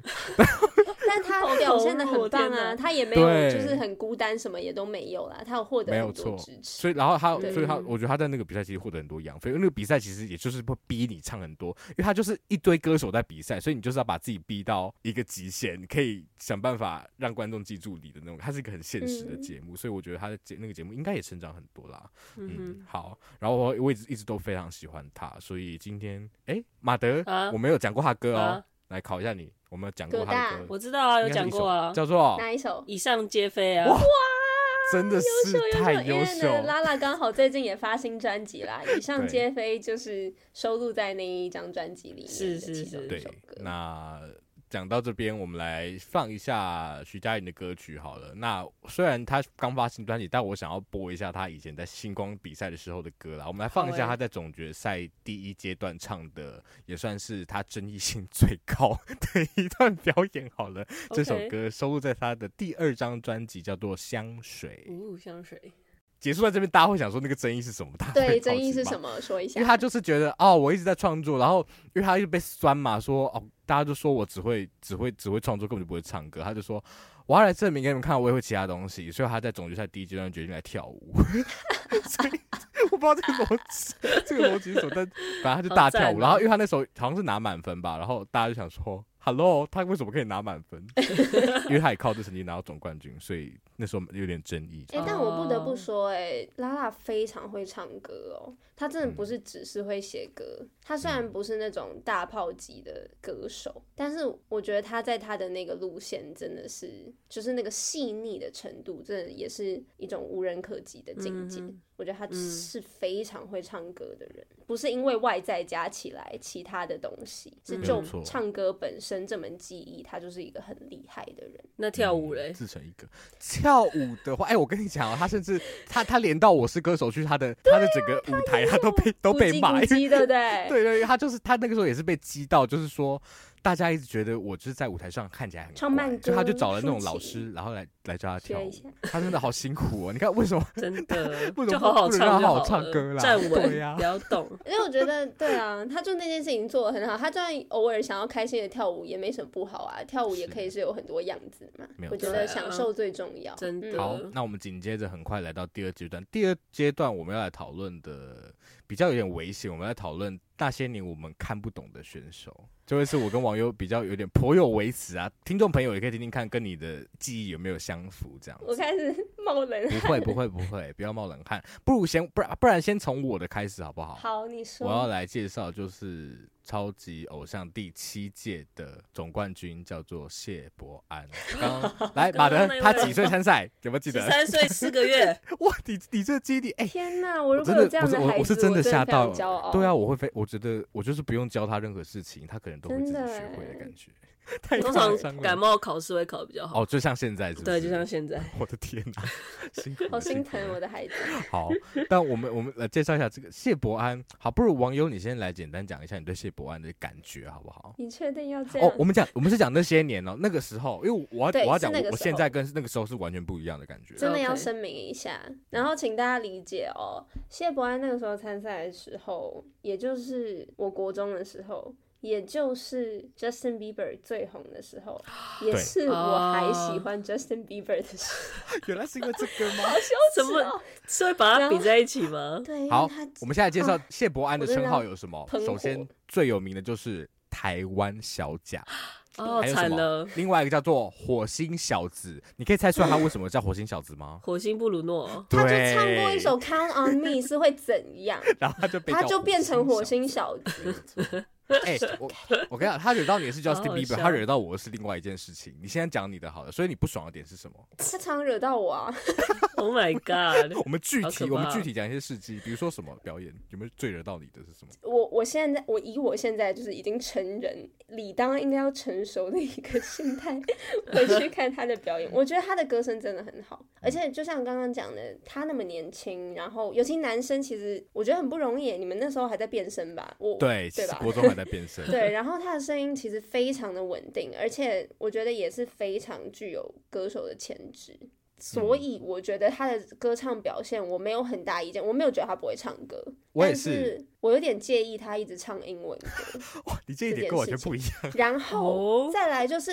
Speaker 3: 但他表现的很棒
Speaker 4: 好投入哦天
Speaker 3: 啊，
Speaker 4: 哪
Speaker 3: 他也没有
Speaker 2: 对
Speaker 3: 就是很孤单，什么也都没有啦，他有获得
Speaker 2: 没有
Speaker 3: 很多
Speaker 2: 错
Speaker 3: 支持。
Speaker 2: 所以，然后他，
Speaker 3: 对
Speaker 2: 所以他，我觉得他在那个比赛其实获得很多养分，因为那个比赛其实也就是会逼你唱很多，因为他就是一堆歌手在比赛，所以你就是要把自己逼到一个极限，你可以想办法让观众记住你的那种。它是一个很现实的
Speaker 3: 嗯
Speaker 2: 节目，所以我觉得他的节那个节目应该也成长很多啦。嗯
Speaker 4: 嗯，
Speaker 2: 好，然后我我一直一直都非常喜欢他，所以今天，哎，马德，
Speaker 4: 啊
Speaker 2: 我没有讲过他歌哦，
Speaker 4: 啊
Speaker 2: 来考一下你，我们有讲过
Speaker 3: 葛
Speaker 2: 他
Speaker 3: 大
Speaker 2: 的歌，
Speaker 4: 我知道啊，有
Speaker 2: 应该是
Speaker 4: 讲
Speaker 2: 一首
Speaker 4: 过啊，
Speaker 2: 叫做
Speaker 3: 哪一首？
Speaker 4: 以上皆非啊，
Speaker 2: 真的是太
Speaker 3: 因
Speaker 2: 优
Speaker 3: 为
Speaker 2: 秀
Speaker 3: 呢，，拉拉刚好最近也发新专辑啦，《以上
Speaker 2: 对
Speaker 3: 皆非》就是收录在那一张专辑里面
Speaker 4: 是
Speaker 3: 的
Speaker 4: 是
Speaker 3: 其中
Speaker 4: 是
Speaker 3: 一
Speaker 2: 对
Speaker 3: 首，歌。
Speaker 2: 那讲到这边，我们来放一下徐佳莹的歌曲好了。那虽然她刚发新专辑，但我想要播一下她以前在星光比赛的时候的歌啦。我们来放一
Speaker 4: 好
Speaker 2: 下
Speaker 4: 欸
Speaker 2: 她在总决赛第一阶段唱的，也算是她争议性最高的一段表演好了。这首
Speaker 4: OK
Speaker 2: 歌收录在她的第二张专辑，叫做《香水》。
Speaker 4: 五香水，
Speaker 2: 结束在这边，大家会想说那个争议是什么？大家
Speaker 3: 对，
Speaker 2: 会好
Speaker 3: 争议
Speaker 2: 奇
Speaker 3: 是
Speaker 2: 吧
Speaker 3: 什么？说一
Speaker 2: 因为他
Speaker 3: 下。
Speaker 2: 就是觉得哦，我一直在创作，然后因为他一直被酸嘛，说哦，大家就说我只会只会只会创作，根本就不会唱歌。他就说我要来证明给你们看，我也会其他东西。所以他在总决赛第一阶段决定来跳舞， 所以我不知道这个逻辑，这个逻辑是什么，但反正他就大跳
Speaker 4: 好赞
Speaker 2: 舞。
Speaker 4: 哦
Speaker 2: 然后因为他那时候好像是拿满分吧，然后大家就想说，Hello，他为什么可以拿满分？ 因为他也靠这成绩拿到总冠军，所以那时候有点争议。
Speaker 3: 哎、但我不得不
Speaker 4: 哦
Speaker 3: 说、哎，拉拉非常会唱歌哦。她真的
Speaker 4: 嗯
Speaker 3: 不是只是会写歌，她虽然不是那种大炮级的歌手，但是我觉得她在她的那个路线真的是，就是那个细腻的程度，真的也是一种无人可及的境界。
Speaker 4: 嗯
Speaker 3: 我觉得他
Speaker 4: 嗯
Speaker 3: 是非常会唱歌的人，不是因为外在加起来其他的东西，是
Speaker 4: 嗯
Speaker 3: 就
Speaker 2: 没错
Speaker 3: 唱歌本身这门技艺，他就是一个很厉害的人。
Speaker 4: 那跳舞嘞，
Speaker 2: 自成一个跳舞的话，哎、我跟你讲哦、他甚至他他连到《我是歌手》去他的他的整个
Speaker 3: 啊
Speaker 2: 舞台，他都被都
Speaker 3: 咕
Speaker 2: 被
Speaker 3: 叽
Speaker 2: 骂，
Speaker 3: 咕
Speaker 2: 因为
Speaker 3: 叽对不对？
Speaker 2: 对对，他就是他那个时候也是被激到，就是说大家一直觉得我就是在舞台上看起来很
Speaker 3: 唱慢
Speaker 2: 乖所以他就
Speaker 3: 歌
Speaker 2: 找了那种
Speaker 3: 抒
Speaker 2: 老
Speaker 3: 情
Speaker 2: 师，然后来来教他
Speaker 3: 学
Speaker 2: 跳
Speaker 3: 一
Speaker 2: 舞
Speaker 3: 下。
Speaker 2: 他真的好辛苦哦！你看为什么？
Speaker 4: 真的
Speaker 2: 为什么
Speaker 4: 就好好
Speaker 2: 不
Speaker 4: 唱
Speaker 2: 能让
Speaker 4: 就
Speaker 2: 他好
Speaker 4: 了
Speaker 2: 唱歌啦
Speaker 4: 站
Speaker 2: 对
Speaker 4: 稳，
Speaker 2: 呀
Speaker 4: 不要动。
Speaker 3: 因为我觉得，对啊，他就那件事情做的很好，他就算偶尔想要开心的跳舞也没什么不好啊，跳舞也
Speaker 2: 是
Speaker 3: 可以是有很多样子嘛
Speaker 2: 没。有啊
Speaker 3: 我觉
Speaker 4: 错
Speaker 3: 得享受最重要，
Speaker 4: 嗯真的
Speaker 3: 嗯
Speaker 2: 好，那我们紧接着很快来到第二阶段。第二阶段我们要来讨论的比较有点危险，我们要讨论那些年我们看不懂的选手，就会是我跟网友比较有点颇有微词啊。听众朋友也可以听听看，跟你的记忆有没有相符这样
Speaker 3: 我
Speaker 2: 子。
Speaker 3: 开始 冒冷汗。
Speaker 2: 不会，不会，不会，不要冒冷汗。不如先，不然不然先从我的开始好不好？
Speaker 3: 好，你说。
Speaker 2: 我要来介绍就是超级偶像第七届的总冠军，叫做谢伯 安。刚来马德
Speaker 4: 刚刚那，位
Speaker 2: 他几岁参赛？有没有记
Speaker 4: 十
Speaker 2: 得？
Speaker 4: 三岁四个 月，
Speaker 2: 哇，你你这基地哎。
Speaker 3: 天哪！我如果
Speaker 2: 真
Speaker 3: 有
Speaker 2: 的
Speaker 3: 这，
Speaker 2: 我
Speaker 3: 样
Speaker 2: 是我
Speaker 3: 孩子，
Speaker 2: 我
Speaker 3: 我
Speaker 2: 是真的
Speaker 3: 非
Speaker 2: 吓
Speaker 3: 常
Speaker 2: 到，
Speaker 3: 骄傲。
Speaker 2: 对啊，，我会非，我觉得我就是不用教他任何事情，他可能都会自己
Speaker 3: 真的
Speaker 2: 学
Speaker 3: 哎
Speaker 2: 会的感 觉，太
Speaker 4: 通
Speaker 2: 夸
Speaker 4: 常
Speaker 2: 张了
Speaker 4: 感冒考试会考得比较好。
Speaker 2: 哦，就像现在是不是？
Speaker 4: 对，就像现在，
Speaker 2: 我的天哪，辛苦了，
Speaker 3: 好心
Speaker 2: 辛苦
Speaker 3: 疼
Speaker 2: 了
Speaker 3: 我的孩子。
Speaker 2: 好，但我们我们来介绍一下这个谢伯安。好，不如网友你先来简单讲一下你对谢伯安的感觉好不好？
Speaker 3: 你确定要这样？
Speaker 2: 哦，我们讲我们是讲那些年哦，那个时候，因为我
Speaker 3: 啊对
Speaker 2: 要我要
Speaker 3: 是
Speaker 2: 讲
Speaker 3: 那个
Speaker 2: 我我
Speaker 3: 时
Speaker 2: 现
Speaker 3: 候
Speaker 2: 在跟那个时候是完全不一样的感觉。
Speaker 3: 真的要
Speaker 4: OK
Speaker 3: 声明一下，然后请大家理解哦。谢伯安那个时候参赛的时候，也就是我国中的时候，也就是 Justin Bieber 最红的时候，也是我还喜
Speaker 4: 哦
Speaker 3: 欢 Justin Bieber 的时候。 哦
Speaker 2: 原来是因为这个吗？
Speaker 4: 怎么是会把它比在一起吗？
Speaker 3: 对，因为
Speaker 2: 好
Speaker 3: 他，
Speaker 2: 我们现在介绍谢伯啊安的
Speaker 3: 我真的
Speaker 2: 称号
Speaker 3: 要
Speaker 2: 有什么？
Speaker 3: 喷
Speaker 2: 首
Speaker 3: 火
Speaker 2: 先最有名的就是台湾小贾，
Speaker 4: 哦，
Speaker 2: 还有什
Speaker 4: 惨
Speaker 2: 么
Speaker 4: 了，？
Speaker 2: 另外一个叫做火星小子，你可以猜出来他为什么叫火星小子吗？
Speaker 4: 火星布鲁诺，
Speaker 3: 他就唱过一
Speaker 2: 对
Speaker 3: 首《Count on Me》是会怎样？
Speaker 2: 然后他就被
Speaker 3: 他
Speaker 2: 叫
Speaker 3: 就变成火
Speaker 2: 火
Speaker 3: 星
Speaker 2: 星
Speaker 3: 小子。
Speaker 2: 子。哎、 我我跟你讲，他惹到你是
Speaker 4: 好好
Speaker 2: Justin Bieber，
Speaker 4: 笑
Speaker 2: 他惹到我是另外一件事情。你现在讲你的好了，所以你不爽的点是什么？
Speaker 3: 他常惹到我啊，
Speaker 4: ，Oh my God！
Speaker 2: 我们具
Speaker 4: 好
Speaker 2: 体
Speaker 4: 可
Speaker 2: 我们
Speaker 4: 怕
Speaker 2: 具体讲一些事迹，比如说什么表演有没有最惹到你的是什么？
Speaker 3: 我我现在我以我现在就是已经成人，理当应该要成熟的一个心态回去看他的表演。我觉得他的歌声真的很好，而且就像刚刚讲的，他那么年轻，然后尤其男生，其实我觉得很不容易耶。你们那时候还在变声吧？我
Speaker 2: 对，其
Speaker 3: 对
Speaker 2: 实
Speaker 3: 吧？
Speaker 2: 国中还在变 身。
Speaker 3: 对，然后他的声音其实非常的稳定，而且我觉得也是非常具有歌手的潜质。
Speaker 2: 嗯
Speaker 3: 所以我觉得他的歌唱表现我没有很大意见，我没有觉得他不会唱歌，
Speaker 2: 我也
Speaker 3: 但
Speaker 2: 是
Speaker 3: 是我有点介意他一直唱英文歌。
Speaker 2: 哇，你这一
Speaker 3: 这
Speaker 2: 点
Speaker 3: 件
Speaker 2: 跟我完
Speaker 3: 事
Speaker 2: 全不一样。
Speaker 3: 然后
Speaker 4: 哦
Speaker 3: 再来就是，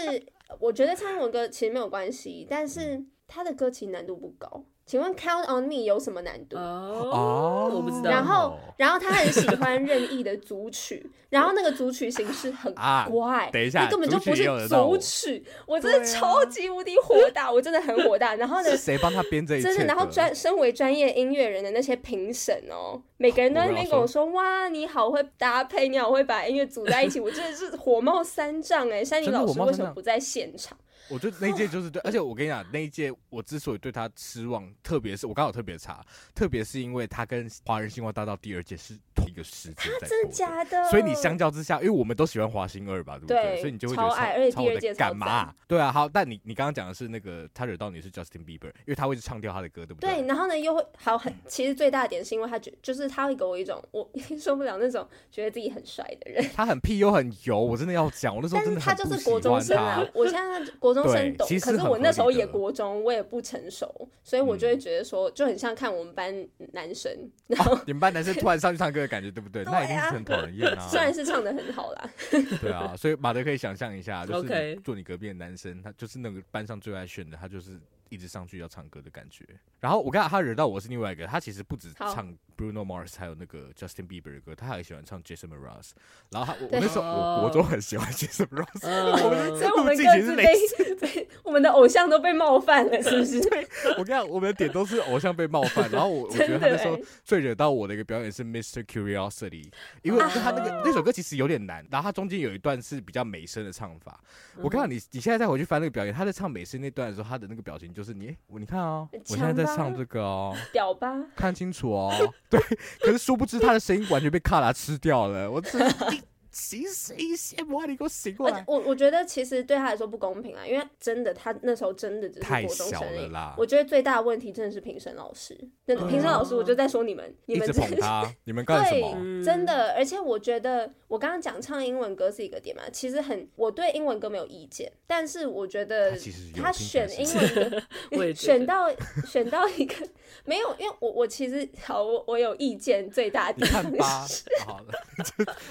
Speaker 3: 呃我觉得唱英文歌其实没有关系，但是他的歌其实难度不高。请问《Count on Me》有什么难度？
Speaker 2: 啊
Speaker 4: 哦，我不知道。
Speaker 3: 然后
Speaker 2: 哦，
Speaker 3: 然后他很喜欢任意的组曲， 然后那个组曲形式很
Speaker 2: 啊
Speaker 3: 怪，
Speaker 2: 等一下
Speaker 3: 那根本就不
Speaker 2: 组曲
Speaker 3: 是
Speaker 2: 也有人闹
Speaker 3: 组
Speaker 2: 我
Speaker 3: 曲，我真的超级无敌火 大，我真的很火大。然后呢
Speaker 2: 啊是，谁帮他编这一切？
Speaker 3: 真的，然后专身为专业音乐人的那些评审哦，每个人都在那边跟我说：“哇，你好会搭配，你好会把音乐组在一起。”我真的是火冒三丈哎！山林
Speaker 2: 真的
Speaker 3: 老
Speaker 2: 火
Speaker 3: 师
Speaker 2: 冒
Speaker 3: 为
Speaker 2: 三
Speaker 3: 什么
Speaker 2: 丈
Speaker 3: 不在现场？
Speaker 2: 我觉得那一届就是对，而且我跟你讲，那一届我之所以对他失望，特别是我刚好特别差，特别是因为他跟《华人星光大道》第二届是同一个时间在播的，
Speaker 3: 啊真的假的？
Speaker 2: 所以你相较之下，因为我们都喜欢华星二吧，对不
Speaker 3: 对
Speaker 2: 所以你就会觉
Speaker 3: 超
Speaker 2: 得
Speaker 3: 爱而且
Speaker 2: 超
Speaker 3: 第二
Speaker 2: 我
Speaker 3: 届
Speaker 2: 的
Speaker 3: 超
Speaker 2: 干嘛啊？对啊，好，但你你刚刚讲的是那个他惹到你是 Justin Bieber，因为他会一直唱掉他的歌，对不
Speaker 3: 对，
Speaker 2: 对，
Speaker 3: 然后呢又会好很，其实最大的点是因为他觉就是他会给我一种我 受不了那种觉得自己很帅的 人，
Speaker 2: 他很屁又很油，我真的要讲，我那时候
Speaker 3: 但
Speaker 2: 真
Speaker 3: 是
Speaker 2: 的
Speaker 3: 他
Speaker 2: 很
Speaker 3: 就
Speaker 2: 不
Speaker 3: 是
Speaker 2: 喜
Speaker 3: 国
Speaker 2: 欢
Speaker 3: 中生
Speaker 2: 他
Speaker 3: 啊，我现在国中生
Speaker 2: 对
Speaker 3: 懂，
Speaker 2: 其
Speaker 3: 可
Speaker 2: 实
Speaker 3: 是
Speaker 2: 很
Speaker 3: 我那
Speaker 2: 合
Speaker 3: 时候
Speaker 2: 理的嗯
Speaker 3: 也国中，我也不成熟，所以我就会觉得说就很像看我们班男生，然后
Speaker 2: 你们班男生突然上去唱歌的感觉，对不对？
Speaker 3: 对
Speaker 2: 那一定是
Speaker 3: 啊
Speaker 2: 很讨人厌啊。
Speaker 3: 虽然是唱的很好啦，
Speaker 2: 对啊，所以马德可以想象一下，就是
Speaker 4: OK
Speaker 2: 你坐你隔壁的男生，他就是那个班上最爱炫的，他就是一直上去要唱歌的感觉。然后我刚才他惹到我是另外一个，他其实不止
Speaker 3: 好
Speaker 2: 唱 Bruno Mars，还有那个 Justin Bieber 的歌，他还喜欢唱 Jason Mraz。然后他我
Speaker 3: 对
Speaker 2: 我那时候我国中很喜欢 Jason Mraz，我们
Speaker 3: 哦所以
Speaker 4: 嗯
Speaker 2: 的这
Speaker 3: 我
Speaker 2: 路
Speaker 3: 们
Speaker 2: 径
Speaker 3: 各
Speaker 2: 其
Speaker 3: 自
Speaker 2: 实
Speaker 3: 被
Speaker 2: 类似。
Speaker 3: 被我们的偶像都被冒犯了，是不 是？
Speaker 2: 我跟你讲，我们的点都是偶像被冒犯。然后我我觉
Speaker 3: 真
Speaker 2: 得他那
Speaker 3: 的
Speaker 2: 时候
Speaker 3: 欸
Speaker 2: 最惹到我的一个表演是 Mr. Curiosity，因为他那个、那首歌其实有点难，然后他中间有一段是比较美声的唱法。我看到你，你现在再回去翻那个表演，他在唱美声那段的时候，他的那个表情就就是你，我你看哦，我
Speaker 3: 强
Speaker 2: 现在在
Speaker 3: 吧
Speaker 2: 唱这个哦，
Speaker 3: 屌吧，
Speaker 2: 看清楚哦。对，可是殊不知他的声音完全被卡拉吃掉了。我真的你醒醒醒，我你给我醒过
Speaker 3: 而且
Speaker 2: 来！
Speaker 3: 我我觉得其实对他来说不公平啊，因为真的他那时候真的只是
Speaker 2: 太
Speaker 3: 国中
Speaker 2: 小
Speaker 3: 生而
Speaker 2: 了
Speaker 3: 已
Speaker 2: 啦
Speaker 3: 我觉得最大的问题真的是评审老师，那
Speaker 4: 对啊
Speaker 3: 评审老师我就在说你们，你
Speaker 2: 一
Speaker 3: 们
Speaker 2: 直
Speaker 3: 真
Speaker 2: 捧
Speaker 3: 的是。
Speaker 2: 他，你们干什
Speaker 3: 对
Speaker 2: 么？，
Speaker 4: 嗯
Speaker 3: 真的，而且我觉得我刚刚讲唱英文歌是一个点嘛，其实很我对英文歌没有意见，但是我觉得
Speaker 2: 他其实有
Speaker 3: 他
Speaker 2: 听起来
Speaker 3: 选英
Speaker 2: 是
Speaker 3: 文歌
Speaker 4: 我也觉
Speaker 3: 选
Speaker 4: 得。
Speaker 3: 到选到一个没有，因为我我其实好，我我有意见最大的
Speaker 2: 你
Speaker 3: 地方
Speaker 2: 看 吧
Speaker 3: 是，
Speaker 2: 好了，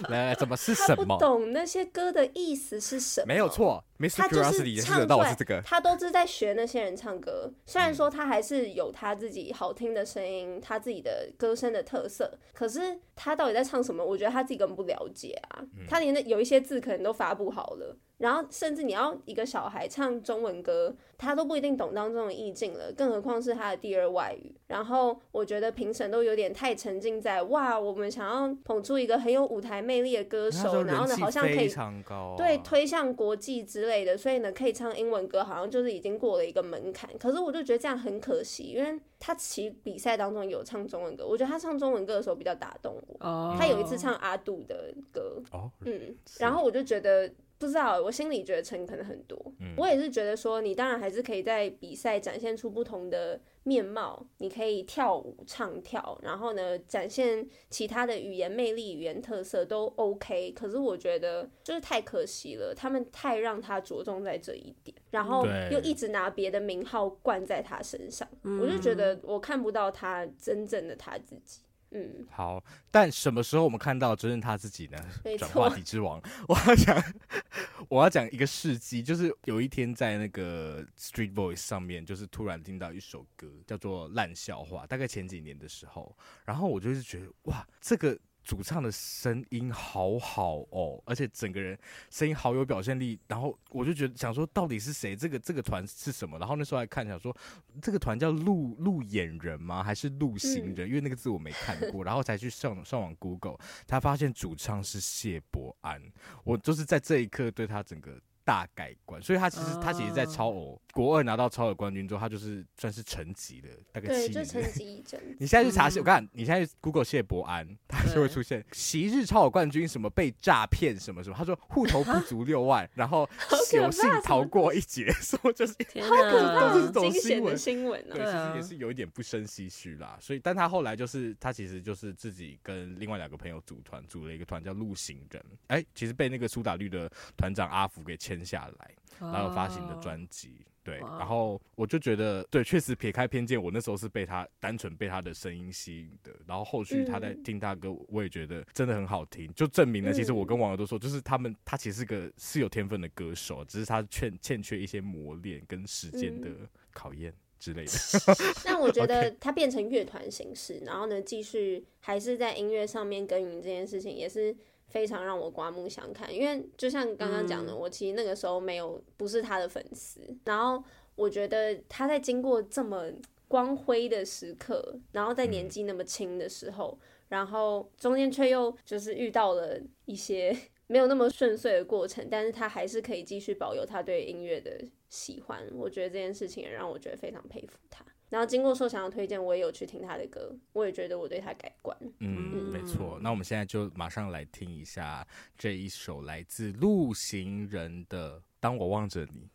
Speaker 2: 来来，怎么是
Speaker 3: 他
Speaker 2: 什
Speaker 3: 不
Speaker 2: 么？
Speaker 3: 懂那些歌的意思是什么，
Speaker 2: 没有。错，Mr.
Speaker 3: 他就
Speaker 2: Curiosity
Speaker 3: 是
Speaker 2: 也是惹
Speaker 3: 唱
Speaker 2: 到
Speaker 3: 出
Speaker 2: 我
Speaker 3: 来
Speaker 2: 是这个，嗯
Speaker 3: 他都是在学那些人唱歌。虽然说他还是有他自己好听的声音，他自己的歌声的特色，可是他到底在唱什么？我觉得他自己根本不了解啊。
Speaker 2: 嗯
Speaker 3: 他连那有一些字可能都发不好了，然后甚至你要一个小孩唱中文歌，他都不一定懂当中的意境了，更何况是他的第二外语。然后我觉得评审都有点太沉浸在哇，我们想要捧出一个很有舞台魅力的歌
Speaker 2: 那时候
Speaker 3: 手，然后呢，
Speaker 2: 人气
Speaker 3: 好像可
Speaker 2: 非
Speaker 3: 以
Speaker 2: 常高啊，
Speaker 3: 对，推向国际之类的，所以呢，可以唱英文歌，好像就是已经过了一个门槛。可是我就觉得这样很可惜，因为他其实比赛当中有唱中文歌，我觉得他唱中文歌的时候比较打动我。
Speaker 4: 哦，
Speaker 3: 他有一次唱阿杜的歌，
Speaker 2: 哦，
Speaker 3: 嗯，
Speaker 2: 是
Speaker 3: 然后我就觉得不知道，我心里觉得诚恳了很多。
Speaker 2: 嗯
Speaker 3: 我也是觉得说，你当然还是可以在比赛展现出不同的面貌，你可以跳舞、唱跳，然后呢，展现其他的语言魅力、语言特色都 OK。可是我觉得就是太可惜了，他们太让他着重在这一点，然后
Speaker 1: 对
Speaker 3: 又一直拿别的名号冠在他身上，我就
Speaker 4: 嗯
Speaker 3: 觉得我看不到他真正的他自己。嗯，
Speaker 2: 好，但什么时候我们看到真正他自己呢
Speaker 3: 没？
Speaker 2: 转
Speaker 3: 错
Speaker 2: 话题之王， 我要讲，我要讲一个事迹，就是有一天在那个 Street Voice 上面，就是突然听到一首歌叫做《烂笑话》，大概前几年的时候，然后我就是觉得哇，这个。主唱的声音好好哦，而且整个人声音好有表现力，然后我就觉得想说到底是谁，这个这个团是什么？然后那时候还看想说这个团叫路路演人吗？还是路行
Speaker 3: 嗯
Speaker 2: 人？因为那个字我没看过，然后才去上上网 Google，才发现主唱是谢伯安。我就是在这一刻对他整个大改观，所以他其实、他其实，
Speaker 3: 哦
Speaker 2: 在超偶国二拿到超偶冠军之后，他就是算是沉寂了大概
Speaker 3: 对，
Speaker 2: 七
Speaker 3: 就
Speaker 2: 年。
Speaker 3: 成绩一阵子。
Speaker 2: 你现在去查，我看你现在去 Google 谢伯安，他就会出现昔日超偶冠军什么被诈骗什么什么，他说户头不足六万，然后
Speaker 3: 可怕
Speaker 2: 有幸
Speaker 3: 什么
Speaker 2: 逃过一劫，什么就是
Speaker 4: 嗯天
Speaker 2: 都是
Speaker 4: 哪
Speaker 2: 这！种
Speaker 3: 惊险
Speaker 2: 新
Speaker 3: 的
Speaker 2: 闻
Speaker 3: 新闻啊！
Speaker 2: 对，
Speaker 4: 对
Speaker 2: 其
Speaker 4: 啊
Speaker 2: 实也是有一点不胜唏嘘啦。所以，但他后来就是他其实就是自己跟另外两个朋友组团，组了一个团叫陆行人。哎、其实被那个苏打绿的团长阿福给签下来，然后有发行的专辑。对，
Speaker 4: 哦哇
Speaker 2: 然后我就觉得，对，确实撇开偏见，我那时候是被他单纯被他的声音吸引的。然后后续他在
Speaker 3: 嗯
Speaker 2: 听他歌，我也觉得真的很好听，就证明了其实
Speaker 3: 嗯
Speaker 2: 我跟网友都说，就是他们他其实是个是有天分的歌手，只是他欠欠缺一些磨练跟时间的考验之类的。
Speaker 3: 但我觉得它变成乐团形式，然后呢，继续还是在音乐上面耕耘这件事情，也是非常让我刮目相看。因为就像刚刚讲的，我其实那个时候没有不是他的粉丝，然后我觉得他在经过这么光辉的时刻，然后在年纪那么轻的时候，然后中间却又就是遇到了一些没有那么顺遂的过程，但是他还是可以继续保有他对音乐的喜欢。我觉得这件事情也让我觉得非常佩服他。然后经过受想的推荐，我也有去听他的歌，我也觉得我对他改 观。
Speaker 2: 嗯，没错。那我们现在就马上来听一下这一首来自陆行人的《当我望着你》。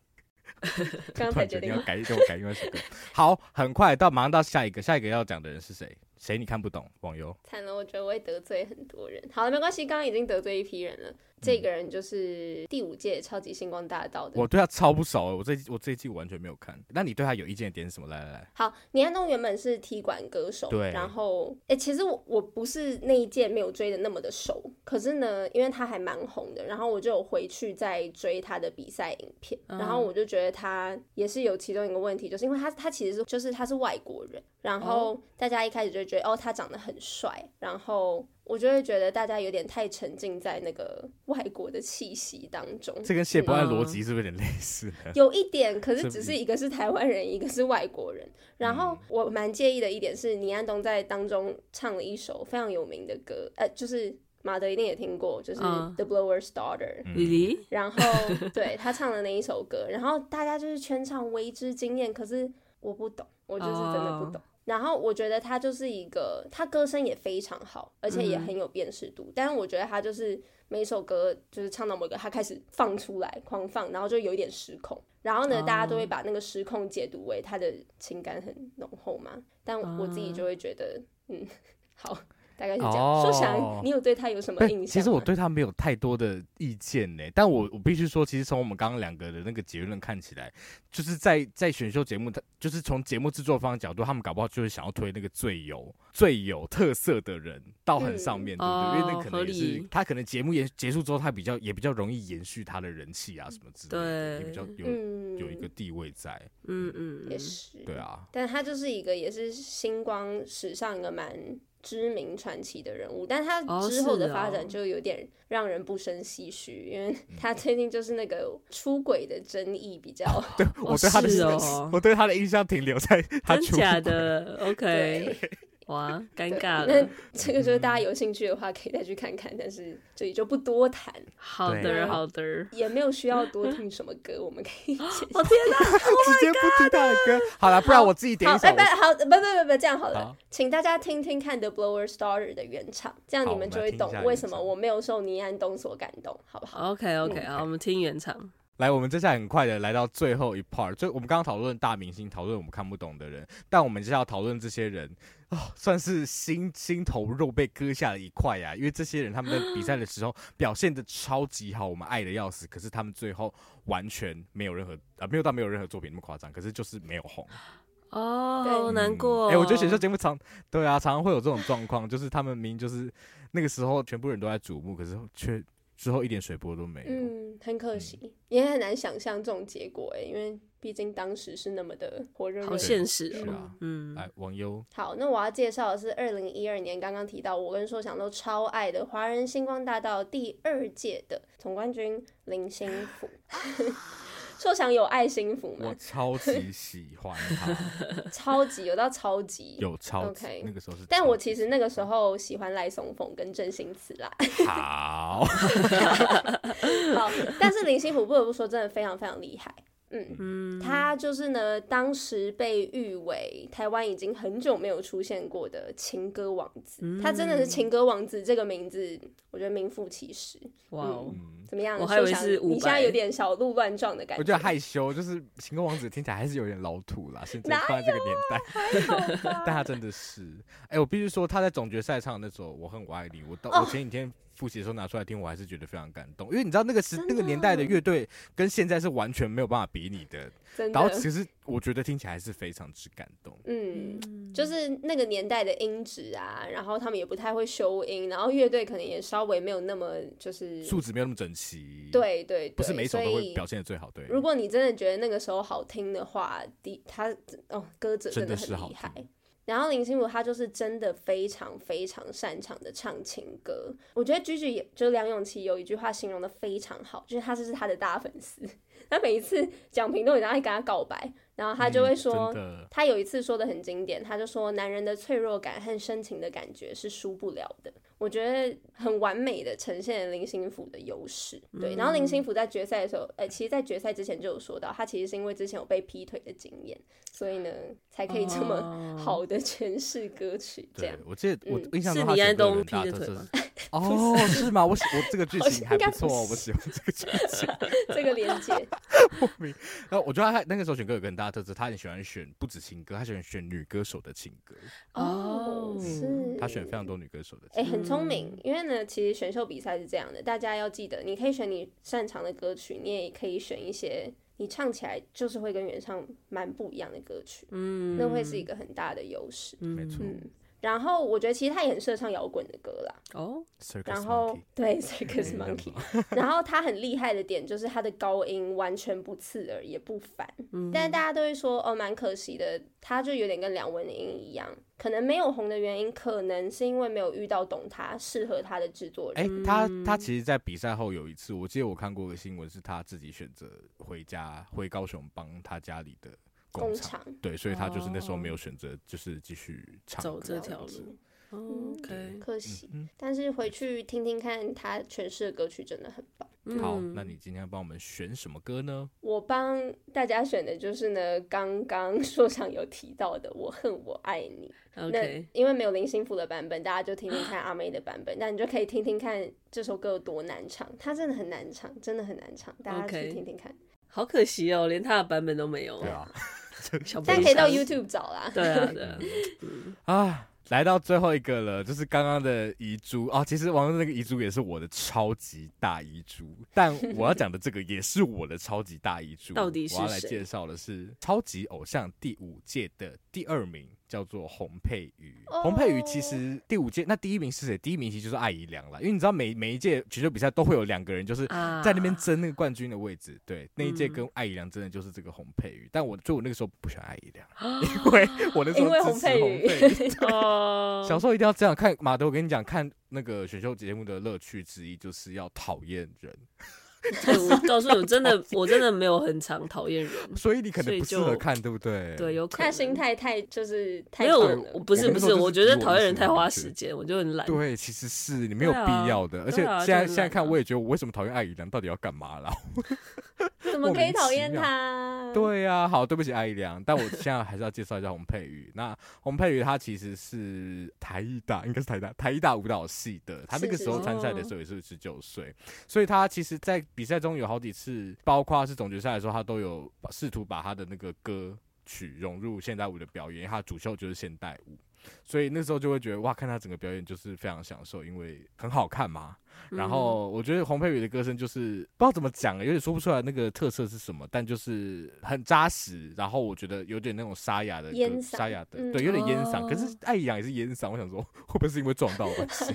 Speaker 3: 刚
Speaker 2: 突
Speaker 3: 才
Speaker 2: 然
Speaker 3: 决
Speaker 2: 决
Speaker 3: 定
Speaker 2: 定要改，给我改另外一首歌。 好，很快到马上到下一个，下一个要讲的人是谁？谁你看不懂？网友
Speaker 3: 惨了，我觉得我会得罪很多人。好了，没关系，刚刚已经得罪一批人了。这个人就是第五届超级星光大道的
Speaker 2: 嗯我对他超不熟，我这一我这一季完全没有看。那你对他有意见的点是什么？来来来，
Speaker 3: 好，倪安东原本是踢馆歌手，
Speaker 2: 对
Speaker 3: 然后哎、诶其实我我不是那一届没有追的那么的熟，可是呢，因为他还蛮红的，然后我就有回去再追他的比赛影片，
Speaker 4: 嗯
Speaker 3: 然后我就觉得他也是有其中一个问题，就是因为他他其实是就是他是外国人，然后大家一开始就会觉得哦他长得很帅，然后。我就会觉得大家有点太沉浸在那个外国的气息当中，
Speaker 2: 这跟谢伯安
Speaker 4: 嗯
Speaker 2: 逻辑是不是有点类似呢？
Speaker 3: 有一点，可是
Speaker 2: 是
Speaker 3: 只是一个是台湾人， 一个是外国人。然后我蛮介意的一点是，倪安东在当中唱了一首非常有名的歌，呃，就是马德一定也听过，就是
Speaker 4: 嗯
Speaker 3: 《The Blower's Daughter》。
Speaker 4: 李
Speaker 3: 然后对他唱的那一首歌，然后大家就是全场为之惊艳。可是我不懂，我就是真的不
Speaker 2: 哦
Speaker 3: 懂。然后我觉得他就是一个，他歌声也非常好，而且
Speaker 2: 嗯
Speaker 3: 也很有辨识度。但是我觉得他就是每首歌就是唱到某个，他开始放出来狂放，然后就有一点失控。然后呢，
Speaker 4: 哦
Speaker 3: 大家都会把那个失控解读为他的情感很浓厚嘛。但
Speaker 4: 哦
Speaker 3: 我自己就会觉得，嗯，好，大概是这样。
Speaker 2: 哦
Speaker 3: 说翔，你有对他有什么
Speaker 2: 但
Speaker 3: 印象吗？
Speaker 2: 哎其实我对他没有太多的意见呢，但我我必须说，其实从我们刚刚两个的那个结论看起来，就是在在选秀节目，他就是从节目制作方的角度，他们搞不好就是想要推那个最有最有特色的人到很上面，对不对？因为
Speaker 4: 哦
Speaker 2: 那可能
Speaker 4: 合
Speaker 2: 也是
Speaker 4: 理
Speaker 2: 他可能节目延结束之后，他比较也比较容易延续他的人气啊什么之类的，也
Speaker 4: 对
Speaker 2: 比较有
Speaker 3: 嗯，
Speaker 2: 有一个地位在，
Speaker 4: 嗯嗯，
Speaker 3: 也是，
Speaker 2: 对啊。
Speaker 3: 但他就是一个也是星光史上一个蛮知名传奇的人物，但他
Speaker 4: 哦
Speaker 3: 之后
Speaker 4: 是
Speaker 3: 的发
Speaker 4: 哦
Speaker 3: 展就有点让人不胜唏嘘，因为
Speaker 2: 嗯
Speaker 3: 他最近就是那个出轨的争议比较、
Speaker 4: 哦
Speaker 2: 我对他的
Speaker 4: 是哦
Speaker 2: 我对他的印象停留在他
Speaker 4: 真
Speaker 2: 出
Speaker 4: 假
Speaker 2: 轨
Speaker 4: 的
Speaker 3: 对
Speaker 4: ？OK，。哇，尴尬
Speaker 3: 那
Speaker 4: 了。
Speaker 3: 这个就是大
Speaker 2: 嗯
Speaker 3: 家有兴趣的话可以再去看看，但是这里就不多谈，
Speaker 4: 好
Speaker 2: 对
Speaker 4: 的，好的。
Speaker 3: 也没有需要多听什么歌，我们可以 先。
Speaker 4: 我天哪！
Speaker 2: 直接不听他的
Speaker 4: ？Oh
Speaker 2: 歌。好了，不然我自己点
Speaker 3: 好
Speaker 2: 一，首
Speaker 3: 哎，。不，好，不不不不，这样好了，
Speaker 2: 好
Speaker 3: 请大家听听看《The Blower Starter》的原唱，这样
Speaker 2: 好
Speaker 3: 你
Speaker 2: 我
Speaker 3: 们
Speaker 2: 们
Speaker 3: 就
Speaker 2: 来
Speaker 3: 会
Speaker 2: 听一
Speaker 3: 懂
Speaker 2: 下
Speaker 3: 为
Speaker 2: 原
Speaker 3: 什么
Speaker 2: 唱
Speaker 3: 我没有受倪安东所感动，好不好？
Speaker 4: OK OK，好，我们听原唱。
Speaker 2: 来，我们接下来很快的来到最后一 part，就我们刚刚讨论大明星，讨论我们看不懂的人，但我们接下来要讨论这些人哦，算是心心头肉被割下了一块啊呀、因为这些人他们在比赛的时候表现的超级好，我们爱的要死，可是他们最后完全没有任何啊、没有到没有任何作品那么夸张，可是就是没有红。
Speaker 4: 哦，
Speaker 3: 对
Speaker 4: 好难过。
Speaker 2: 哎、我觉得选秀节目常对啊，常常会有这种状况，就是他们明明就是那个时候全部人都在瞩目，可是却之后一点水波都没有。
Speaker 3: 嗯，很可惜，也很难想象这种结果哎，因为毕竟当时是那么的火热热
Speaker 4: 好
Speaker 3: 闹。
Speaker 4: 现实
Speaker 2: 是
Speaker 4: 哦。
Speaker 2: 啊，
Speaker 4: 嗯，
Speaker 2: 来网友
Speaker 3: 好，那我要介绍的是二零一二年刚刚提到我跟硕翔都超爱的华人星光大道第二届的总冠军林心福。 硕翔有爱心福
Speaker 2: 我
Speaker 3: 吗？
Speaker 2: 超级喜欢他，
Speaker 3: 超级有到超级。
Speaker 2: 有超级
Speaker 3: OK
Speaker 2: 那个时候是超级喜欢，
Speaker 3: 但我其实那个时候喜欢赖松凤跟郑兴慈啦，
Speaker 2: 好，
Speaker 3: 好，但是林心福不得不说真的非常非常厉害，嗯，
Speaker 4: 嗯，
Speaker 3: 他就是呢，当时被誉为台湾已经很久没有出现过的情歌王子。
Speaker 4: 嗯
Speaker 3: 他真的是情歌王子这个名字，我觉得名副其实。
Speaker 4: 哇哦，
Speaker 2: 嗯，
Speaker 3: 怎么样？
Speaker 4: 我还以为
Speaker 3: 秀祥
Speaker 4: 是伍佰
Speaker 3: 你现在有点小鹿乱撞的感觉。
Speaker 2: 我觉得害羞，就是情歌王子听起来还是有点老土啦，现在放在这个年代，
Speaker 3: 啊
Speaker 2: 但他真的是，哎、我必须说他在总决赛唱的那首《我恨我爱你》，我到、
Speaker 3: 哦
Speaker 2: 我前几天复习的时候拿出来听，我还是觉得非常感动，因为你知道那个时
Speaker 3: 真的
Speaker 2: 那个年代的乐队跟现在是完全没有办法比拟的，
Speaker 3: 真
Speaker 2: 然后
Speaker 3: 的，
Speaker 2: 其实我觉得听起来还是非常之感动，
Speaker 3: 嗯。就是那个年代的音质啊，然后他们也不太会修音，然后乐队可能也稍微没有那么就是，
Speaker 2: 数值没有那么整齐，，
Speaker 3: 对对对，
Speaker 2: 不是每一首都
Speaker 3: 所
Speaker 2: 会
Speaker 3: 以
Speaker 2: 表现的最好，对，
Speaker 3: 如果你真的觉得那个时候好听的话，的他哦，歌者真
Speaker 2: 真的
Speaker 3: 很
Speaker 2: 是好
Speaker 3: 厉害
Speaker 2: 听。
Speaker 3: 然后林心如她就是真的非常非常擅长的唱情歌，我觉得 Gigi 也就梁咏琪有一句话形容的非常好，就是她就是她的大粉丝， 她每一次讲评都有人爱跟她告白，然后她就会说
Speaker 2: 嗯真，的
Speaker 3: 他有一次说的很经典，他就说男人的脆弱感和深情的感觉是输不了的。我觉得很完美的呈现了林心福的优势，
Speaker 4: 嗯
Speaker 3: 对。然后林心福在决赛的时候，呃，其实，在决赛之前就有说到，他其实是因为之前有被劈腿的经验，所以呢，才可以这么
Speaker 4: 哦
Speaker 3: 好的诠释歌曲这
Speaker 2: 对
Speaker 3: 样。，
Speaker 2: 我记得我
Speaker 3: 嗯
Speaker 2: 印象
Speaker 4: 是
Speaker 2: 中他
Speaker 4: 李
Speaker 2: 写
Speaker 4: 安
Speaker 2: 过
Speaker 4: 东
Speaker 2: 人大
Speaker 4: 劈的
Speaker 2: 特
Speaker 4: 腿
Speaker 2: 色
Speaker 4: 吗
Speaker 2: 是 哦，是吗？我喜我这个剧
Speaker 3: 好
Speaker 2: 情
Speaker 3: 像
Speaker 2: 还
Speaker 3: 应该
Speaker 2: 不
Speaker 3: 不
Speaker 2: 错哦，
Speaker 3: 是
Speaker 2: 我喜欢这个剧情。
Speaker 3: 这个连接，
Speaker 2: 然后我觉得他那个时候选歌有个很大的特质，他很喜欢选不止情歌，他喜欢选女歌手的情歌，
Speaker 4: 哦嗯
Speaker 3: 是
Speaker 2: 他选非常多女歌手的情
Speaker 3: 哎、很聪明，因为呢，其实选秀比赛是这样的，大家要记得，你可以选你擅长的歌曲，你也可以选一些你唱起来就是会跟原唱蛮不一样的歌曲，
Speaker 4: 嗯，
Speaker 3: 那会是一个很大的优势。
Speaker 2: 歌，没错。
Speaker 3: 嗯，然后我觉得其实他也很适合唱摇滚的歌啦。
Speaker 4: 哦，
Speaker 2: Circus
Speaker 3: 然后
Speaker 2: Monkey
Speaker 3: 对 Circus
Speaker 2: 嗯
Speaker 3: Monkey，然后他很厉害的点就是他的高音完全不刺耳也不烦，但是大家都会说哦蛮可惜的，他就有点跟梁文音一样，可能没有红的原因，可能是因为没有遇到懂他适合他的制作人。
Speaker 2: 哎、他他其实，在比赛后有一次，我记得我看过个新闻，是他自己选择回家回高雄帮他家里的工
Speaker 3: 工
Speaker 2: 厂，
Speaker 3: 厂
Speaker 2: 对，所以他就是那时候没有
Speaker 4: 哦
Speaker 2: 选择，就是继续唱
Speaker 4: 走
Speaker 2: 歌
Speaker 4: 这
Speaker 2: 样
Speaker 4: 条
Speaker 2: 子
Speaker 4: 路。
Speaker 3: 嗯
Speaker 4: 哦 OK，
Speaker 2: 嗯
Speaker 3: 可惜，但是回去听听看他诠释的歌曲真的很棒。
Speaker 4: 嗯
Speaker 2: 好，那你今天要帮我们选什么歌呢？
Speaker 3: 我帮大家选的就是呢，刚刚 说唱有提到的《我恨我爱你》。那
Speaker 4: OK，
Speaker 3: 因为没有林心福的版本，大家就听听看阿妹的版本，那你就可以听听看这首歌有多难唱，它真的很难唱，真的很难唱，大家
Speaker 4: OK
Speaker 3: 去听听看。
Speaker 4: 好可惜哦，连他的版本都没有。
Speaker 2: 对啊，
Speaker 4: 小悲
Speaker 3: 但
Speaker 4: 伤
Speaker 3: 可以到 YouTube 找啦。
Speaker 4: 对 啊，对 啊，
Speaker 2: 啊，来到最后一个了，就是刚刚的遗珠啊。其实网上那个遗珠也是我的超级大遗珠，但我要讲的这个也是我的超级大遗珠。
Speaker 4: 到底是
Speaker 2: 我要来
Speaker 4: 谁
Speaker 2: 介绍的是超级偶像第五届的第二名，叫做洪佩瑜。
Speaker 3: 哦
Speaker 2: 洪佩瑜其实第五届那第一名是谁？第一名其实就是艾怡良啦，因为你知道每每一届选秀比赛都会有两个人就是
Speaker 4: 啊
Speaker 2: 在那边争那个冠军的位置。对，那一届
Speaker 4: 嗯
Speaker 2: 跟艾怡良争的就是这个洪佩瑜，但我就我那个时候不喜欢艾怡良。因为 我那时候
Speaker 3: 因为
Speaker 2: 支
Speaker 3: 洪
Speaker 2: 持
Speaker 3: 佩
Speaker 2: 洪
Speaker 3: 瑜
Speaker 2: 佩瑜，
Speaker 4: 哦，
Speaker 2: 小时候一定要这样看马德。我跟你讲，看那个选秀节目的乐趣之一就是要讨厌人，
Speaker 4: 对我告诉你，我真的我真的没有很常讨厌人，
Speaker 2: 所以你可
Speaker 4: 嗯所
Speaker 2: 能
Speaker 4: 以
Speaker 2: 不适
Speaker 4: 就
Speaker 2: 合看，对不对？
Speaker 4: 对，。有 可
Speaker 3: 他
Speaker 4: 能
Speaker 3: 心态太就是太
Speaker 4: 没有
Speaker 3: 胖
Speaker 4: 我，
Speaker 3: 了，
Speaker 4: 我不是不
Speaker 2: 我那时
Speaker 4: 是，
Speaker 2: 候
Speaker 4: 我觉
Speaker 2: 就是
Speaker 4: 得
Speaker 2: 逼我
Speaker 4: 讨厌人
Speaker 2: 一直
Speaker 4: 太花
Speaker 2: 去
Speaker 4: 时间，我就很懒。
Speaker 2: 对，其实是你没有
Speaker 4: 对
Speaker 2: 必
Speaker 4: 啊
Speaker 2: 要的，而且
Speaker 4: 对啊
Speaker 2: 现
Speaker 4: 就很
Speaker 2: 在
Speaker 4: 懒啊
Speaker 2: 现在看，我也觉得我为什么讨厌艾怡良，到底要干嘛啦？
Speaker 3: 怎么可以讨厌
Speaker 2: 莫名其妙
Speaker 3: 他？，
Speaker 2: 对啊，好，对不起艾怡良，但我现在还是要介绍一下洪佩瑜。那洪佩瑜她其实是台艺大，应该是台大台艺大舞蹈系的，她
Speaker 3: 是
Speaker 2: 那个
Speaker 3: 是哦
Speaker 2: 时候
Speaker 4: 是
Speaker 2: 参赛的时候也是十九岁，所以她其实，在比赛中有好几次，包括是总决赛的时候，她都有把试图把她的那个歌曲融入现代舞的表演，因为她的主秀就是现代舞。所以那时候就会觉得哇，看她整个表演就是非常享受，因为很好看嘛。
Speaker 3: 嗯
Speaker 2: 然后我觉得洪佩瑜的歌声就是不知道怎么讲，有点说不出来那个特色是什么，但就是很扎实。然后我觉得有点那种沙哑的
Speaker 3: 烟
Speaker 2: 歌，
Speaker 3: 嗓
Speaker 2: 沙哑的，
Speaker 3: 嗯
Speaker 2: 对，有点烟嗓。
Speaker 4: 哦
Speaker 2: 可是艾怡良也是烟嗓，我想说会不会是因为撞到 关系？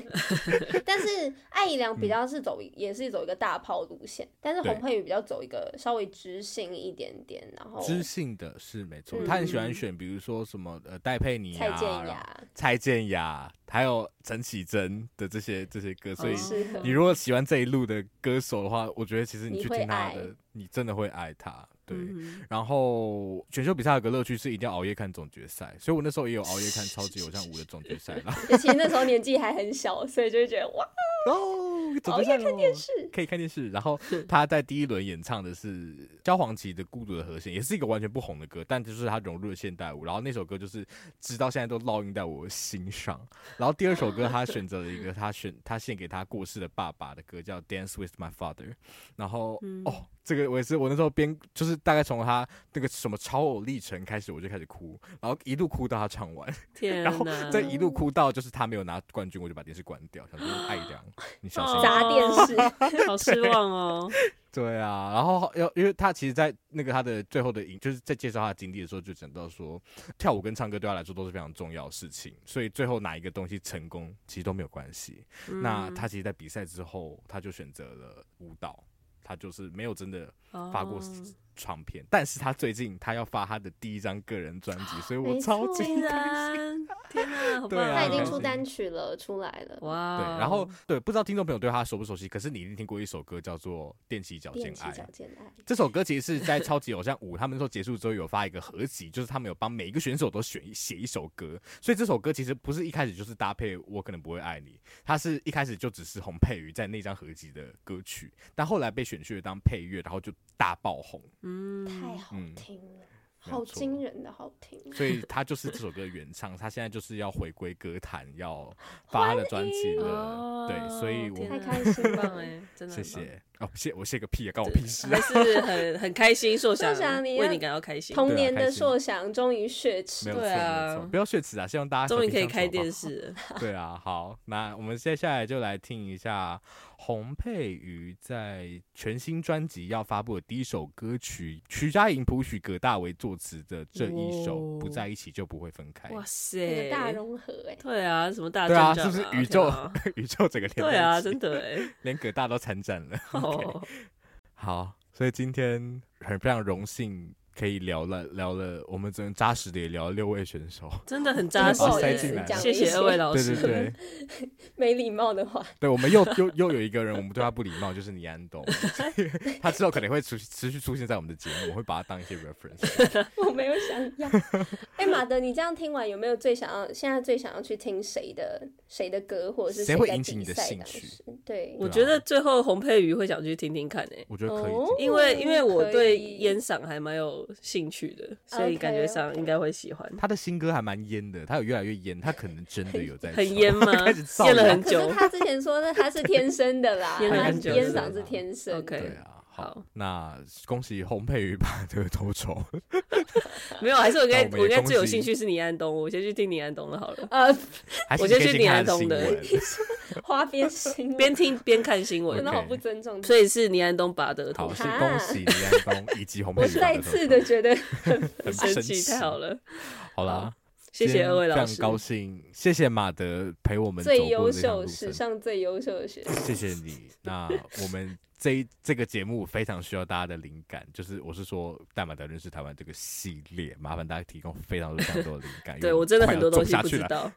Speaker 3: 但是艾怡良比较是走，也是走一个大炮路线，但是
Speaker 2: 嗯对
Speaker 3: 洪佩瑜比较走一个稍微知性一点点，然后
Speaker 2: 知性的是没错，
Speaker 3: 嗯
Speaker 2: 他很喜欢选，比如说什么呃戴佩妮啊、
Speaker 3: 蔡健
Speaker 2: 然后
Speaker 3: 雅
Speaker 2: 蔡健雅，还有陈绮贞的这些这些歌，所以
Speaker 3: 很适合
Speaker 2: 你。 如果喜欢这一路的歌手的话，我觉得其实你
Speaker 3: 你
Speaker 2: 去
Speaker 3: 会
Speaker 2: 听他
Speaker 3: 爱
Speaker 2: 的，你真的会爱他。对，
Speaker 4: 嗯
Speaker 2: 然后选秀比赛有个乐趣是一定要熬夜看总决赛，所以我那时候也有熬夜看超级偶像五的总决赛 啦。
Speaker 3: 尤其那时候年纪还很小，所以就会觉得哇，
Speaker 2: 哦，总
Speaker 3: 熬
Speaker 2: 决赛
Speaker 3: 夜
Speaker 2: 咯
Speaker 3: 看电视。
Speaker 2: 可以看电视。然后他在第一轮演唱的是焦黄奇的《孤独的和弦》，也是一个完全不红的歌，但就是他融入了现代舞。然后那首歌就是直到现在都烙印在我心上。然后第二首歌他选择了一个他选 他献给他过世的爸爸的歌，叫《Dance with My Father》。然后、哦，这个我也是，我那时候边就是大概从他那个什么超偶历程开始，我就开始哭，然后一路哭到他唱完。
Speaker 4: 天
Speaker 2: 然后
Speaker 4: 哪，
Speaker 2: 再一路哭到就是他没有拿冠军，我就把电视关掉，想说爱良，你小心一点。
Speaker 3: 砸电 视，
Speaker 4: 好失望哦。
Speaker 2: 对啊，然后要因为他其实，在那个他的最后的影，就是在介绍他的经历的时候，就讲到说，跳舞跟唱歌对他来说都是非常重要的事情，所以最后哪一个东西成功，其实都没有关系。
Speaker 4: 嗯
Speaker 2: 那
Speaker 3: 嗯
Speaker 2: 他其实，在比赛之后，他就选择了舞蹈，他就是没有真的发过
Speaker 4: 哦
Speaker 2: 唱片，但是他最近他要发他的第一张个人专辑，所以我
Speaker 3: 啊没
Speaker 2: 超
Speaker 3: 错
Speaker 2: 级
Speaker 4: 竟然，天哪，好
Speaker 2: 对
Speaker 4: 棒
Speaker 2: 啊
Speaker 4: 哦！
Speaker 3: 他已经
Speaker 2: 开
Speaker 3: 出
Speaker 2: 心
Speaker 3: 单曲了，出来了。
Speaker 4: 哇
Speaker 2: 对
Speaker 4: 哦，，
Speaker 2: 然后对，不知道听众朋友对他熟不熟悉，可是你一定听过一首歌叫做《踮起脚尖
Speaker 3: 踮起
Speaker 2: 爱》。
Speaker 3: 脚尖爱，
Speaker 2: 这首歌其实是在超级偶像五他们说结束之后有发一个合集，就是他们有帮每一个选手都选一写一首歌，所以这首歌其实不是一开始就是搭配我可能不会爱你，它是一开始就只是洪佩瑜在那张合集的歌曲，但后来被选去当配乐，然后就大爆 红，
Speaker 3: 太好
Speaker 2: 嗯
Speaker 3: 听了，
Speaker 2: 没
Speaker 3: 好
Speaker 2: 错
Speaker 3: 惊人的好听。
Speaker 2: 所以他就是这首歌的原唱，他现在就是要回归歌坛，要发他的专辑 了，对，所以我
Speaker 4: 哦天
Speaker 3: 太
Speaker 4: 哪
Speaker 2: 们
Speaker 3: 开心
Speaker 4: 很棒
Speaker 3: 了。
Speaker 4: 哎，真的
Speaker 2: 谢
Speaker 4: 很棒，
Speaker 2: 谢哦，谢我谢个屁啊，关我屁事啊
Speaker 4: 还！是很很开心，硕
Speaker 3: 硕翔你
Speaker 4: 为
Speaker 3: 要
Speaker 4: 你感到开心，
Speaker 3: 童
Speaker 2: 对啊
Speaker 3: 年
Speaker 2: 开
Speaker 3: 的
Speaker 2: 心
Speaker 3: 硕翔终于雪耻
Speaker 2: 没有错，
Speaker 4: 对啊
Speaker 2: 没有错，不要血耻啊！希望大家
Speaker 4: 终于可以
Speaker 2: 和平相处
Speaker 4: 开电
Speaker 2: 好不好
Speaker 4: 视了。
Speaker 2: 对啊，好，那我们接下来就来听一下洪佩瑜在全新专辑要发布的第一首歌曲，徐佳莹谱曲，葛大为作词的这一首《
Speaker 4: 哇
Speaker 2: 不
Speaker 4: 哦
Speaker 2: 在一起就不会分开》。
Speaker 4: 哇
Speaker 3: 这
Speaker 4: 塞
Speaker 3: 个，大融合哎，
Speaker 4: 对啊，什么大
Speaker 2: 对啊，
Speaker 4: 阵
Speaker 2: 是
Speaker 4: 仗
Speaker 2: 不是
Speaker 4: 啊
Speaker 2: 宇宙、
Speaker 4: 天哪
Speaker 2: 宇宙整个连
Speaker 4: 对啊，
Speaker 2: 在一
Speaker 4: 真
Speaker 2: 起
Speaker 4: 的 哎，
Speaker 2: 连葛大都参战了。
Speaker 4: 哦，
Speaker 2: 好，所以今天很非常荣幸可以聊了聊了，我们只能扎实的也聊了六位选手。
Speaker 4: 真的很扎实
Speaker 2: 把它塞
Speaker 4: 欸
Speaker 2: 进来，
Speaker 4: 谢谢二位老
Speaker 2: 对
Speaker 4: 师。
Speaker 2: 对对，
Speaker 3: 没礼貌的话，
Speaker 2: 对我们又又又有一个人，我们对他不礼貌，就是倪安 东， 他之后可能会持续持续出现在我们的节目，我会把他当一些 reference。
Speaker 3: 我没有想要。哎、马德，你这样听完有没有最想要现在最想要去听谁的谁的歌，或者是
Speaker 2: 谁
Speaker 3: 在
Speaker 2: 会引起
Speaker 3: 比
Speaker 2: 你的
Speaker 3: 赛
Speaker 2: 兴
Speaker 3: 当
Speaker 2: 趣
Speaker 3: 时？对，
Speaker 4: 我
Speaker 2: 啊
Speaker 4: 觉得最后洪佩瑜会想去听听看诶、
Speaker 2: 我觉得可以
Speaker 3: 哦
Speaker 2: 这样，
Speaker 4: 因为因为我对
Speaker 3: 可以
Speaker 4: 烟嗓还蛮有兴趣的，所以感觉上
Speaker 3: OK，OK
Speaker 4: 应该会喜欢。
Speaker 2: 他的新歌还蛮烟的，他有越来越烟，他可能真的有在
Speaker 4: 很
Speaker 2: 抽
Speaker 4: 烟吗
Speaker 2: 开始造
Speaker 4: 咽了
Speaker 2: 谣
Speaker 4: 很
Speaker 3: 可
Speaker 4: 久，
Speaker 3: 是他之前说的他是天生的啦
Speaker 4: 咽了
Speaker 3: 他
Speaker 4: 很久
Speaker 3: 烟
Speaker 4: 是
Speaker 3: 嗓
Speaker 2: 吧
Speaker 3: 是天生的。
Speaker 4: OK
Speaker 2: 对啊，好
Speaker 4: 好，
Speaker 2: 那恭喜烘焙鱼把这个头筹，
Speaker 4: 没有，还是我应该
Speaker 2: 那我们也
Speaker 4: 我应该
Speaker 2: 恭喜
Speaker 4: 最有兴趣是倪安东，我先去听倪安东的好了，
Speaker 3: 呃，
Speaker 2: 还是
Speaker 4: 我觉得
Speaker 2: 你可以
Speaker 4: 是
Speaker 2: 先
Speaker 4: 李
Speaker 2: 看
Speaker 4: 安
Speaker 2: 他
Speaker 4: 东
Speaker 2: 新
Speaker 4: 的
Speaker 2: 闻
Speaker 3: 花边新闻
Speaker 4: 边听边看新闻
Speaker 3: 真的
Speaker 2: OK
Speaker 3: 好不尊重。
Speaker 4: 所以是倪安东拔得头
Speaker 2: 好，
Speaker 4: 筹，
Speaker 2: 是恭喜李安东以及烘
Speaker 3: 我
Speaker 2: 焙鱼把
Speaker 3: 再
Speaker 2: 这个头筹。
Speaker 3: 次的觉得
Speaker 2: 很
Speaker 4: 生
Speaker 2: 神
Speaker 4: 气
Speaker 2: 奇
Speaker 4: 太好，了，
Speaker 2: 好啦。
Speaker 4: 谢
Speaker 2: 今
Speaker 4: 谢
Speaker 2: 天
Speaker 4: 二位老
Speaker 2: 非
Speaker 4: 师
Speaker 2: 常，高兴，谢谢马德陪我们走
Speaker 3: 最
Speaker 2: 过
Speaker 3: 优
Speaker 2: 这趟
Speaker 3: 秀、
Speaker 2: 路
Speaker 3: 史
Speaker 2: 程，
Speaker 3: 上最优秀的学生。
Speaker 2: 谢谢你。那我们这一这个节目非常需要大家的灵感，就是我是说带马德认识台湾这个系列，麻烦大家提供非常多非常多的灵感。因
Speaker 4: 对
Speaker 2: 为
Speaker 4: 我真的
Speaker 2: 快
Speaker 4: 很
Speaker 2: 要
Speaker 4: 多东
Speaker 2: 做不
Speaker 4: 西
Speaker 2: 下
Speaker 4: 不
Speaker 2: 去
Speaker 4: 知
Speaker 2: 了，
Speaker 4: 道，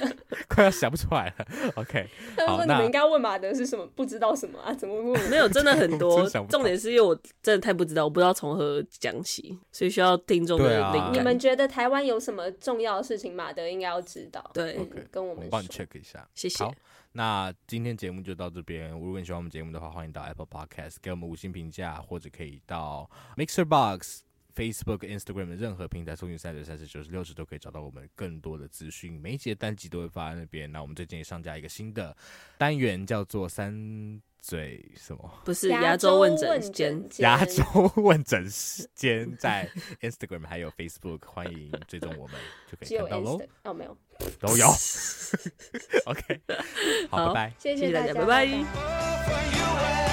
Speaker 2: 快要想不出来了。OK，
Speaker 3: 他们
Speaker 2: 好
Speaker 3: 说你
Speaker 2: 那
Speaker 3: 们应该问马德是什么，不知道什么啊？怎么问我？
Speaker 4: 没有真的很
Speaker 2: 我
Speaker 4: 多
Speaker 2: 真想不，到
Speaker 4: 重点是因为我真的太不知道，我不知道从何讲起，所以需要听众的
Speaker 2: 对啊
Speaker 4: 灵
Speaker 3: 你
Speaker 4: 感。
Speaker 3: 们觉得台湾有什么重要的事情，马德应该要知道？
Speaker 4: 对
Speaker 3: 嗯
Speaker 2: OK，
Speaker 3: 跟我
Speaker 2: 我
Speaker 3: 们
Speaker 2: 帮你
Speaker 3: 说
Speaker 2: check 一下。
Speaker 4: 谢谢
Speaker 2: 好，那今天节目就到这边。如果你喜欢我们节目的话，欢迎到 Apple Podcast 给我们五星评价，或者可以到 Mixer Box。Facebook、Instagram 的任何平台搜寻“三九三十九十六十”都可以找到我们更多的资讯，每一集的单集都会发在那边。那我们最近也上架一个新的单元，叫做“三嘴什么
Speaker 4: 不是
Speaker 3: 牙
Speaker 4: 牙
Speaker 3: 周
Speaker 4: 周
Speaker 3: 问
Speaker 4: 问
Speaker 3: 诊
Speaker 4: 诊
Speaker 3: 间
Speaker 4: 间，
Speaker 2: 亚洲问诊时间”，在 Instagram 还有 Facebook，欢迎追踪我们就可
Speaker 3: 只
Speaker 2: 以
Speaker 3: 有
Speaker 2: 看到喽
Speaker 3: Insta，哦，没有，
Speaker 2: 都有。OK，好，拜
Speaker 4: 好
Speaker 2: 拜。
Speaker 3: 谢
Speaker 4: 谢谢大
Speaker 3: 大
Speaker 4: 家，
Speaker 3: 家，
Speaker 4: 拜拜。
Speaker 5: for you and